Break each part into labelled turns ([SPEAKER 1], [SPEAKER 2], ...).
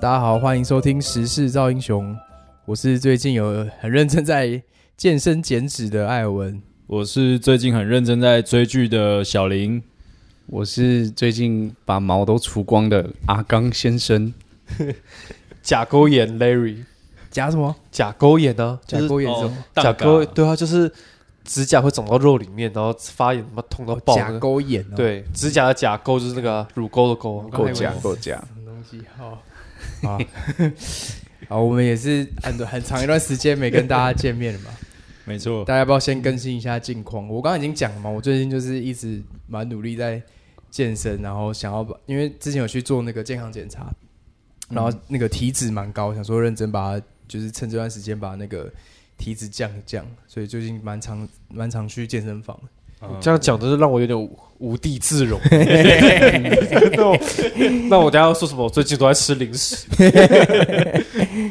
[SPEAKER 1] 大家好，欢迎收听《时事造英雄》，我是最近有很认真在健身减脂的艾尔文，
[SPEAKER 2] 我是最近很认真在追剧的小林，
[SPEAKER 3] 我是最近把毛都除光的阿刚先生。
[SPEAKER 4] 甲沟炎 Larry，
[SPEAKER 1] 夹什么？
[SPEAKER 4] 甲沟炎呢？
[SPEAKER 1] 夹
[SPEAKER 4] 就是
[SPEAKER 1] 过眼
[SPEAKER 2] 哦
[SPEAKER 1] 中，
[SPEAKER 4] 甲
[SPEAKER 2] 蛋
[SPEAKER 4] 沟，
[SPEAKER 2] 糕
[SPEAKER 4] 对啊，就是指甲会长到肉里面，然后发炎，他妈痛到爆。
[SPEAKER 1] 夹哦勾眼哦，
[SPEAKER 4] 对，指甲的甲沟就是那个啊乳沟的沟啊。
[SPEAKER 1] 够夹
[SPEAKER 3] 够假，
[SPEAKER 1] 什么东西？好，好，好，我们也是很多很长一段时间没跟大家见面了嘛，
[SPEAKER 2] 没错，
[SPEAKER 1] 大家要不要先更新一下近况？我刚刚已经讲了嘛，我最近就是一直蛮努力在健身，然后想要把，因为之前有去做那个健康检查，然后那个体脂蛮高，想说认真把它，就是趁这段时间把那个体脂降一降，所以最近蛮常蛮常去健身房。
[SPEAKER 4] 这样讲真是让我有点无无地自 容。那我那我等一下要说什么？我最近都在吃零食。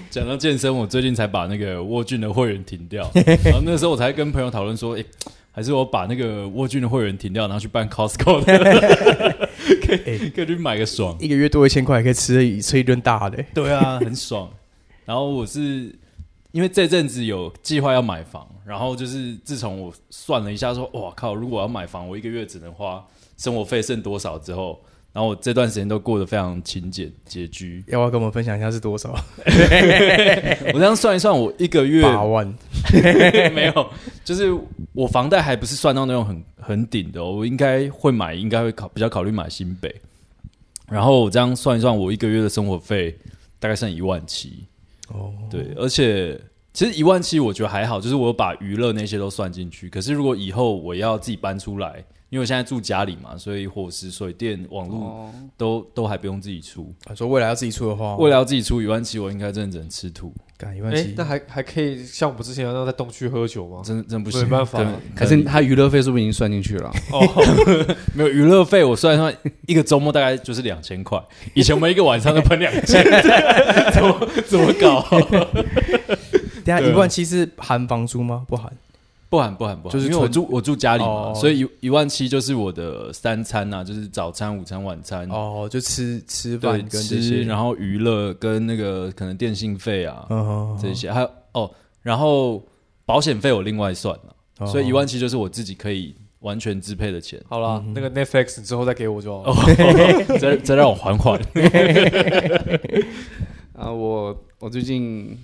[SPEAKER 2] 讲到健身，我最近才把那个沃俊的会员停 掉，然后那时候我才跟朋友讨论说，诶，还是我把那个沃俊的会员停掉，然后去办 Costco 的， 可以可以去买个爽，
[SPEAKER 1] 一个月多一千块，可以吃一吃一顿大的、欸
[SPEAKER 2] 对啊，很爽。然后我是因为这阵子有计划要买房，然后就是自从我算了一下说，哇靠，如果我要买房，我一个月只能花生活费剩多少之后，然后我这段时间都过得非常勤俭拮据。
[SPEAKER 1] 要不要跟我们分享一下是多少？
[SPEAKER 2] 我这样算一算，我一个月
[SPEAKER 1] 八万，
[SPEAKER 2] 没有，就是我房贷还不是算到那种很很顶的、哦，我应该会买，应该会考比较考虑买新北。然后我这样算一算，我一个月的生活费大概剩一万七。哦，对，而且其实一万七我觉得还好，就是我有把娱乐那些都算进去。可是如果以后我要自己搬出来，因为我现在住家里嘛，所以伙食、水电、网络都、都还不用自己出。
[SPEAKER 1] 啊说未来要自己出的话，
[SPEAKER 2] 为了要自己出一万七，我应该真的只能吃土，
[SPEAKER 1] 干一万
[SPEAKER 4] 哎
[SPEAKER 1] 七，，
[SPEAKER 4] 那还还可以像我们之前一样在东区喝酒吗？
[SPEAKER 2] 真真不行，
[SPEAKER 4] 没办法。
[SPEAKER 2] 真
[SPEAKER 3] 可是他娱乐费是不是已经算进去了？
[SPEAKER 1] 哦
[SPEAKER 2] 没有娱乐费，我算一算一个周末大概就是两千块。以前我们一个晚上都喷两千， 怎么怎么搞？
[SPEAKER 1] 等一下
[SPEAKER 2] 对
[SPEAKER 1] 一
[SPEAKER 2] 啊
[SPEAKER 1] 万七是含房租吗？不含。
[SPEAKER 2] 不喊不喊不喊，
[SPEAKER 1] 就是
[SPEAKER 2] 因为我
[SPEAKER 1] 纯
[SPEAKER 2] 住我住家里嘛，
[SPEAKER 1] 哦
[SPEAKER 2] 所以一一万七就是我的三餐呐、就是早餐、午餐、晚餐，
[SPEAKER 1] 哦，就吃吃饭
[SPEAKER 2] 对，
[SPEAKER 1] 跟这
[SPEAKER 2] 吃，
[SPEAKER 1] 些，
[SPEAKER 2] 然后娱乐跟那个可能电信费啊、
[SPEAKER 1] 嗯，
[SPEAKER 2] 这些，还有哦，然后保险费我另外算了，
[SPEAKER 1] 哦
[SPEAKER 2] 所以一万七就是我自己可以完全支配的钱
[SPEAKER 4] 好啦，那个 Netflix 你之后再给我就好了。
[SPEAKER 2] 哦， 再再让我缓缓。
[SPEAKER 3] 啊，我我最近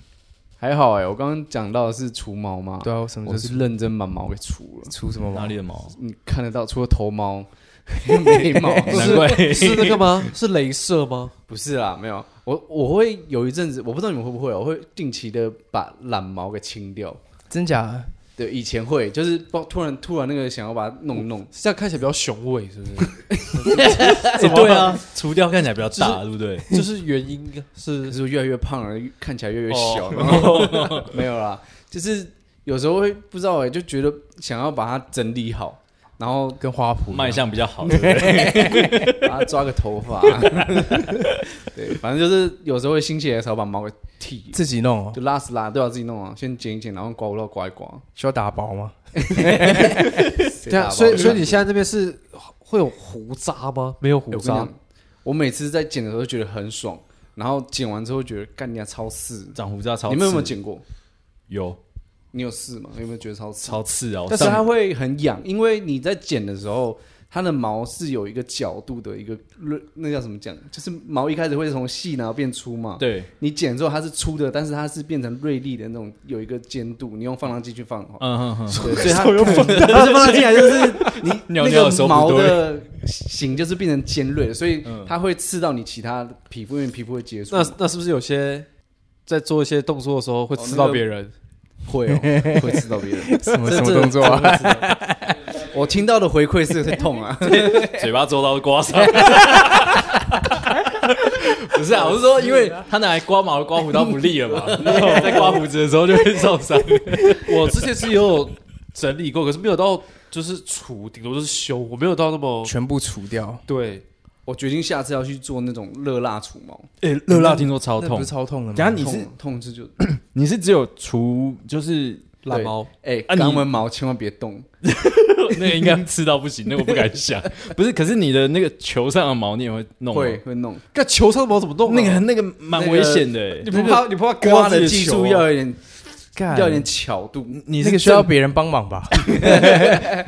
[SPEAKER 3] 还好哎、我刚刚讲到的是除毛嘛，
[SPEAKER 1] 对啊，我什么
[SPEAKER 3] 我
[SPEAKER 1] 时候
[SPEAKER 3] 是认真把毛给除了，
[SPEAKER 1] 出出什么
[SPEAKER 2] 哪
[SPEAKER 1] 毛？
[SPEAKER 2] 里的毛？
[SPEAKER 3] 你看得到，除了头毛、眉毛，
[SPEAKER 4] 哦
[SPEAKER 2] 难怪
[SPEAKER 4] 是那个吗？是镭射吗？
[SPEAKER 3] 不是啦，没有，我我会有一阵子，我不知道你们会不会，我会定期的把懒毛给清掉。
[SPEAKER 4] 啊
[SPEAKER 1] 真假？
[SPEAKER 3] 对，以前会，就是包突然突然那个想要把它弄一弄，
[SPEAKER 4] 这样看起来比较雄伟，是不是？
[SPEAKER 2] 欸对啊，除掉看起来比较大，对不对？
[SPEAKER 4] 就是原因
[SPEAKER 3] 就是是越来越胖了，看起来越来越
[SPEAKER 4] 哦
[SPEAKER 3] 小。然后 没有啦，就是有时候会不知道哎、就觉得想要把它整理好，然后
[SPEAKER 1] 跟花圃一样
[SPEAKER 2] 卖相比较好，对不对？
[SPEAKER 3] 把它抓个头发。 对，反正就是有时候会心血来潮把毛给剃，
[SPEAKER 1] 自己弄哦，
[SPEAKER 3] 就拉丝拉都要自己弄啊，先剪一剪，然后刮胡刀刮一刮。
[SPEAKER 1] 需要打薄吗？
[SPEAKER 3] 对
[SPEAKER 4] 对啊，所以所以你现在那边是会有胡渣吗？没有胡
[SPEAKER 3] 哎我跟你
[SPEAKER 4] 渣
[SPEAKER 3] 讲，，我每次在剪的时候觉得很爽，然后剪完之后觉得干你家超刺。
[SPEAKER 2] 长胡渣超刺，
[SPEAKER 3] 你们有没有剪过？
[SPEAKER 2] 有
[SPEAKER 3] 你有刺吗？有没有觉得超刺？
[SPEAKER 2] 超刺啊！我
[SPEAKER 3] 但是它
[SPEAKER 2] 上
[SPEAKER 3] 会很痒，因为你在剪的时候，它的毛是有一个角度的一个那叫什么讲？就是毛一开始会从细然后变粗嘛。
[SPEAKER 2] 对，
[SPEAKER 3] 你剪之后它是粗的，但是它是变成锐利的那种，有一个尖度。你用放大镜去放的话，
[SPEAKER 2] 嗯哼哼，
[SPEAKER 3] 对， 所以它不是放大镜啊，就是你
[SPEAKER 2] 尿
[SPEAKER 3] 那
[SPEAKER 2] 尿的时
[SPEAKER 3] 个
[SPEAKER 2] 候不
[SPEAKER 3] 毛
[SPEAKER 2] 对嗯
[SPEAKER 3] 的形就是变成尖锐的，所以它会刺到你其他的皮肤，因为皮肤会接触。
[SPEAKER 4] 那那是不是有些在做一些动作的时候会刺
[SPEAKER 3] 哦那
[SPEAKER 4] 到
[SPEAKER 3] 个
[SPEAKER 4] 别人？
[SPEAKER 3] 会 哦，会刺到别人。
[SPEAKER 1] 什么
[SPEAKER 3] 这
[SPEAKER 1] 什么
[SPEAKER 3] 这
[SPEAKER 1] 动作啊？
[SPEAKER 3] 这这我听到的回馈是会痛啊。
[SPEAKER 2] 嘴巴周到都刮伤。 不是啊，我是说，因为他拿来刮毛、刮胡刀不利了 嘛，在刮胡子的时候就会受伤。
[SPEAKER 4] 我之前是也有整理过，可是没有到就是除，顶多就是修，我没有到那么
[SPEAKER 1] 全部除掉，
[SPEAKER 4] 对。
[SPEAKER 3] 我决定下次要去做那种热辣除毛，
[SPEAKER 2] 哎，热辣听说超
[SPEAKER 1] 那不
[SPEAKER 2] 痛
[SPEAKER 1] 是，超痛的吗？
[SPEAKER 2] 等下你
[SPEAKER 3] 痛
[SPEAKER 2] 是
[SPEAKER 3] 痛是就
[SPEAKER 2] 你是只有除，就是
[SPEAKER 4] 烂毛，
[SPEAKER 3] 哎、
[SPEAKER 2] 啊你
[SPEAKER 3] 肛门毛千万别动，
[SPEAKER 2] 那个应该吃到不行，那个我不敢想。 不是，可是你的那个球上的毛你也会弄吗，
[SPEAKER 3] 会会弄。
[SPEAKER 4] 干球上的毛怎么弄啊？
[SPEAKER 2] 那个那个蛮危险的欸。
[SPEAKER 4] 你
[SPEAKER 3] 不
[SPEAKER 4] 不
[SPEAKER 3] 怕
[SPEAKER 4] 怕你不怕
[SPEAKER 3] 刮
[SPEAKER 4] 刮
[SPEAKER 3] 的
[SPEAKER 4] 的啊
[SPEAKER 3] 技
[SPEAKER 4] 技
[SPEAKER 3] 术
[SPEAKER 2] 啊
[SPEAKER 4] 术
[SPEAKER 3] 要
[SPEAKER 4] 要？
[SPEAKER 3] 有点
[SPEAKER 1] 干
[SPEAKER 3] 要有点巧度，
[SPEAKER 2] 你
[SPEAKER 1] 那
[SPEAKER 2] 是
[SPEAKER 1] 个需要
[SPEAKER 2] 正
[SPEAKER 1] 别人帮忙 吧？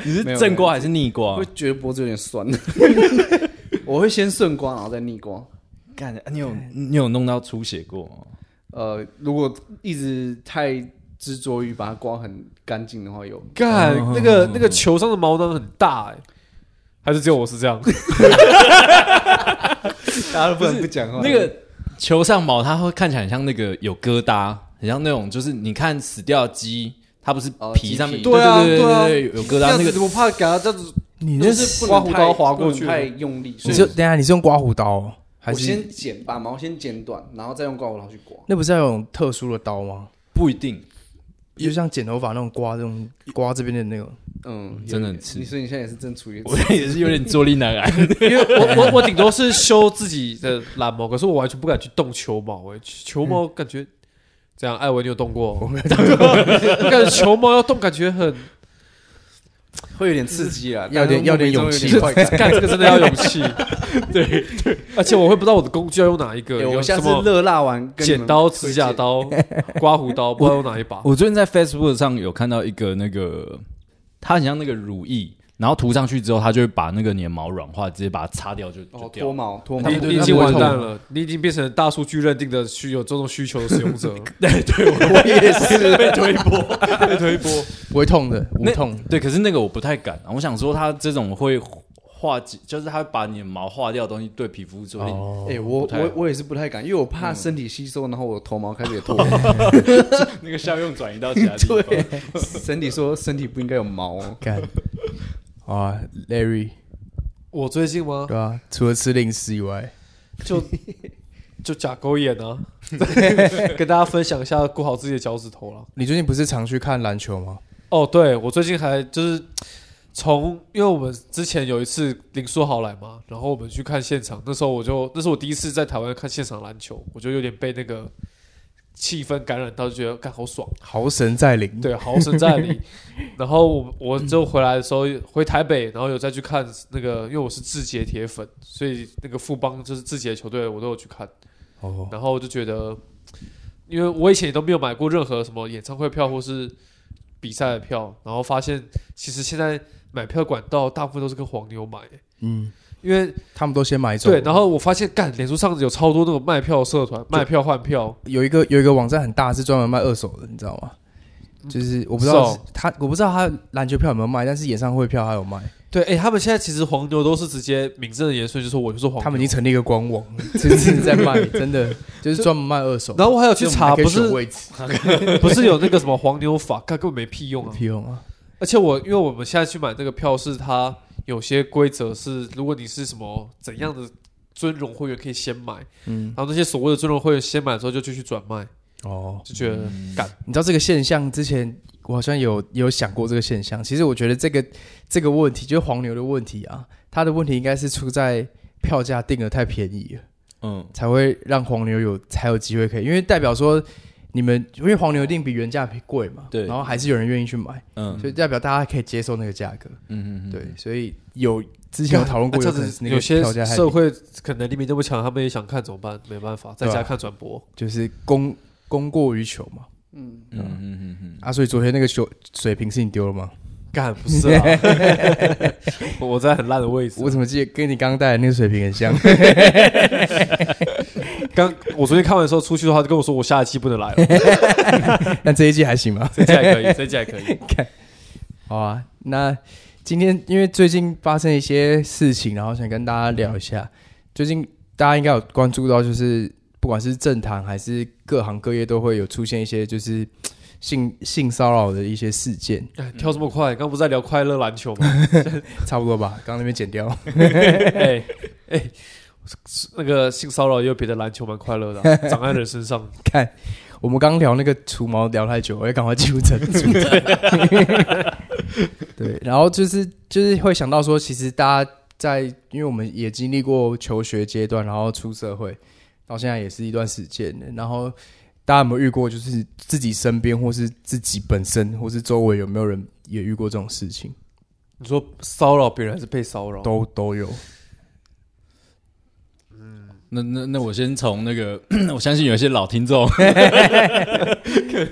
[SPEAKER 2] 你是
[SPEAKER 3] 没有
[SPEAKER 2] 正刮还是逆啊刮
[SPEAKER 3] 会？觉得脖子有点酸。 我会先顺刮，然后再逆刮。
[SPEAKER 2] 干，啊你有你有弄到出血过吗？
[SPEAKER 3] 呃，如果一直太执着于把它刮很干净的话，有
[SPEAKER 4] 干那个那个球上的毛囊很大哎，还是只有我是这样？
[SPEAKER 3] 大家都不能不讲话。
[SPEAKER 2] 那个球上毛，它会看起来很像那个有疙瘩，很像那种就是你看死掉的鸡，它不是
[SPEAKER 3] 哦
[SPEAKER 2] 皮上
[SPEAKER 3] 鸡
[SPEAKER 2] 面、
[SPEAKER 3] 皮
[SPEAKER 2] 对
[SPEAKER 4] 对啊
[SPEAKER 2] 对
[SPEAKER 4] 对啊
[SPEAKER 2] 对有疙
[SPEAKER 3] 这
[SPEAKER 2] 瘩
[SPEAKER 3] 样
[SPEAKER 2] 那
[SPEAKER 3] 子
[SPEAKER 2] 个。
[SPEAKER 3] 我怕给它这样子
[SPEAKER 1] 你
[SPEAKER 3] 就
[SPEAKER 1] 那
[SPEAKER 3] 是
[SPEAKER 1] 是
[SPEAKER 4] 刮
[SPEAKER 3] 刮胡
[SPEAKER 4] 胡
[SPEAKER 3] 刀
[SPEAKER 4] 刀
[SPEAKER 3] 划
[SPEAKER 4] 划
[SPEAKER 3] 过
[SPEAKER 4] 过
[SPEAKER 3] 去，
[SPEAKER 4] 去
[SPEAKER 3] 太用力。所
[SPEAKER 1] 你
[SPEAKER 3] 以
[SPEAKER 1] 就等一下，你是用刮胡刀哦还
[SPEAKER 3] 我
[SPEAKER 1] 是？
[SPEAKER 3] 先剪，把毛先剪短，然后再用刮胡刀去刮。
[SPEAKER 1] 那不是要用特殊的刀吗？
[SPEAKER 2] 不一定，
[SPEAKER 1] 就像剪头发那种刮，这种刮这边的那个，
[SPEAKER 3] 嗯，有
[SPEAKER 2] 真的
[SPEAKER 3] 点
[SPEAKER 2] 很刺
[SPEAKER 3] 你所以你现在也是正处于
[SPEAKER 2] 我也是有点坐立难安。
[SPEAKER 4] 因为我我我顶多是修自己的懒毛，可是我完全不敢去动球毛哎，球毛感觉这样，艾文你有动过？我没有动过，我 感觉球毛要动感觉很
[SPEAKER 3] 会有点刺激啊，
[SPEAKER 1] 要点
[SPEAKER 3] 但是
[SPEAKER 1] 要点
[SPEAKER 3] 莫名
[SPEAKER 1] 勇
[SPEAKER 3] 中
[SPEAKER 1] 气
[SPEAKER 3] 有点快感。
[SPEAKER 4] 干这个真的要勇气，对对，而且我会不知道我的工具要用哪一个，
[SPEAKER 3] 对我
[SPEAKER 4] 有
[SPEAKER 3] 下
[SPEAKER 4] 什
[SPEAKER 3] 次
[SPEAKER 4] 么
[SPEAKER 3] 热辣完跟你们
[SPEAKER 4] 剪刀、指甲刀、刮胡刀，不知道用哪 一把。
[SPEAKER 2] 我最近在 Facebook 上有看到一个那个，它很像那个乳液，然后涂上去之后，它就会把那个你的毛软化，直接把它擦掉就就掉
[SPEAKER 3] 哦脱
[SPEAKER 2] 了。
[SPEAKER 3] 毛脱毛
[SPEAKER 4] 你，
[SPEAKER 1] 对
[SPEAKER 4] 你已
[SPEAKER 1] 它
[SPEAKER 4] 经
[SPEAKER 1] 不会
[SPEAKER 4] 完
[SPEAKER 1] 痛
[SPEAKER 4] 蛋了，你已经变成大数据认定的需有这种需求的使用者，
[SPEAKER 3] 我也是被推波。
[SPEAKER 4] 被推波。
[SPEAKER 1] 不会痛的，无
[SPEAKER 2] 那
[SPEAKER 1] 痛。
[SPEAKER 2] 对，可是那个我不太敢、啊。我想说，它这种会化解，就是它把你的毛化掉的东西，对皮肤做一定
[SPEAKER 1] 哦，
[SPEAKER 3] 哎，我
[SPEAKER 2] 不太
[SPEAKER 3] 我我也是不太敢，因为我怕身体吸收，然后我头毛开始也脱。
[SPEAKER 2] 那个效用转移到其他 地方。
[SPEAKER 3] 对，身体说身体不应该有毛哦。
[SPEAKER 1] 干。好啊，Larry，
[SPEAKER 4] 我最近吗？
[SPEAKER 1] 对啊，除了吃零食以外，
[SPEAKER 4] 就就假狗眼啊，跟大家分享一下顾好自己的脚趾头了。
[SPEAKER 1] 你最近不是常去看篮球吗？
[SPEAKER 4] 哦，对我最近还就是从，因为我们之前有一次林书豪来嘛，然后我们去看现场，那时候我就那是我第一次在台湾看现场篮球，我就有点被那个气氛感染到，就觉得干好爽。
[SPEAKER 1] 豪神在领，
[SPEAKER 4] 对，豪神在里。然后我我就回来的时候回台北，然后有再去看那个，因为我是志杰铁粉，所以那个富邦就是志杰球队，我都有去看。
[SPEAKER 1] 哦，
[SPEAKER 4] 然后我就觉得，因为我以前也都没有买过任何什么演唱会票或是比赛的票，然后发现其实现在买票管道大部分都是跟黄牛买，
[SPEAKER 1] 嗯，
[SPEAKER 4] 因为
[SPEAKER 1] 他们都先买走。
[SPEAKER 4] 对，然后我发现干脸书上有超多那种卖票社团，卖票换票，
[SPEAKER 1] 有一个有一个网站很大，是专门卖二手的，你知道吗？就是我不知
[SPEAKER 4] 嗯是
[SPEAKER 1] 道
[SPEAKER 4] 哦
[SPEAKER 1] 他，我不知道他篮球票有没有卖，但是演唱会票还有卖。
[SPEAKER 4] 对，哎，他们现在其实黄牛都是直接名正言顺就说我就是黄牛，
[SPEAKER 1] 他们已经成立一个官网， 就是在卖，真的就是专门卖二手。
[SPEAKER 4] 然后我还有
[SPEAKER 1] 这
[SPEAKER 4] 去
[SPEAKER 1] 种
[SPEAKER 4] 查，
[SPEAKER 1] 还可以
[SPEAKER 4] 不是
[SPEAKER 1] 选位置
[SPEAKER 4] 不是有那个什么黄牛法，干根本没屁用啊！
[SPEAKER 1] 屁用啊！
[SPEAKER 4] 而且我因为我们现在去买这个票，是它有些规则是，如果你是什么怎样的尊荣会员可以先买，
[SPEAKER 1] 嗯，
[SPEAKER 4] 然后那些所谓的尊荣会员先买之后就继续转卖，
[SPEAKER 1] 哦，
[SPEAKER 4] 就觉得干、
[SPEAKER 1] 你知道这个现象之前，我好像有有想过这个现象。其实我觉得这个这个问题，就是黄牛的问题啊，他的问题应该是出在票价定的太便宜了，
[SPEAKER 2] 嗯，
[SPEAKER 1] 才会让黄牛有才有机会可以，因为代表说你们因为黄牛一定比原价贵嘛，
[SPEAKER 2] 对
[SPEAKER 1] 然后还是有人愿意去买，
[SPEAKER 2] 嗯
[SPEAKER 1] 所以代表大家可以接受那个价格，
[SPEAKER 2] 嗯嗯，
[SPEAKER 1] 对，所以有之前有讨论 过，
[SPEAKER 4] 那
[SPEAKER 1] 有
[SPEAKER 4] 啊这
[SPEAKER 1] 可能
[SPEAKER 4] 样
[SPEAKER 1] 是
[SPEAKER 4] 子
[SPEAKER 1] 那
[SPEAKER 4] 有
[SPEAKER 1] 个
[SPEAKER 4] 些
[SPEAKER 1] 票价太低
[SPEAKER 4] 社会可能能力没那么强，他们也想看怎么办？没办法，在家看转播。
[SPEAKER 1] 就是供供过于求嘛，
[SPEAKER 3] 嗯，
[SPEAKER 2] 嗯嗯嗯嗯，
[SPEAKER 1] 啊，所以昨天那个球水平是你丢了吗？
[SPEAKER 4] 干不是啊， 我在很烂的位置啊、
[SPEAKER 1] 我怎么记得跟你刚刚带的那个水平很 像？
[SPEAKER 4] 刚我昨天看完的时候出去的话，他就跟我说我下一期不能来了，
[SPEAKER 1] 那这一季还行吗？
[SPEAKER 4] 这季还可以，这季还可 以。
[SPEAKER 1] 好啊，那今天因为最近发生一些事情，然后想跟大家聊一下。最近大家应该有关注到，就是不管是政坛还是各行各业，都会有出现一些就是嘖性性骚扰的一些事 件，
[SPEAKER 4] 哎，跳这么快，刚不是在聊快乐篮球吗？
[SPEAKER 1] 差不多吧？刚刚那边剪掉，
[SPEAKER 4] 哎哎，那个性骚扰也有别的篮球蛮快乐的 啊、长在人身上。
[SPEAKER 1] 看我们刚聊那个除毛聊太久，我要赶快进入正主。对，然后就是就是会想到说，其实大家在，因为我们也经历过求学阶段，然后出社会，到现在也是一段时间的，然后大家有没有遇过，就是自己身边或是自己本身或是周围有没有人也遇过这种事情？
[SPEAKER 4] 你说骚扰别人还是被骚扰？
[SPEAKER 1] 都都有。
[SPEAKER 2] 那那那我先从那个， 我相信有一些老 听众，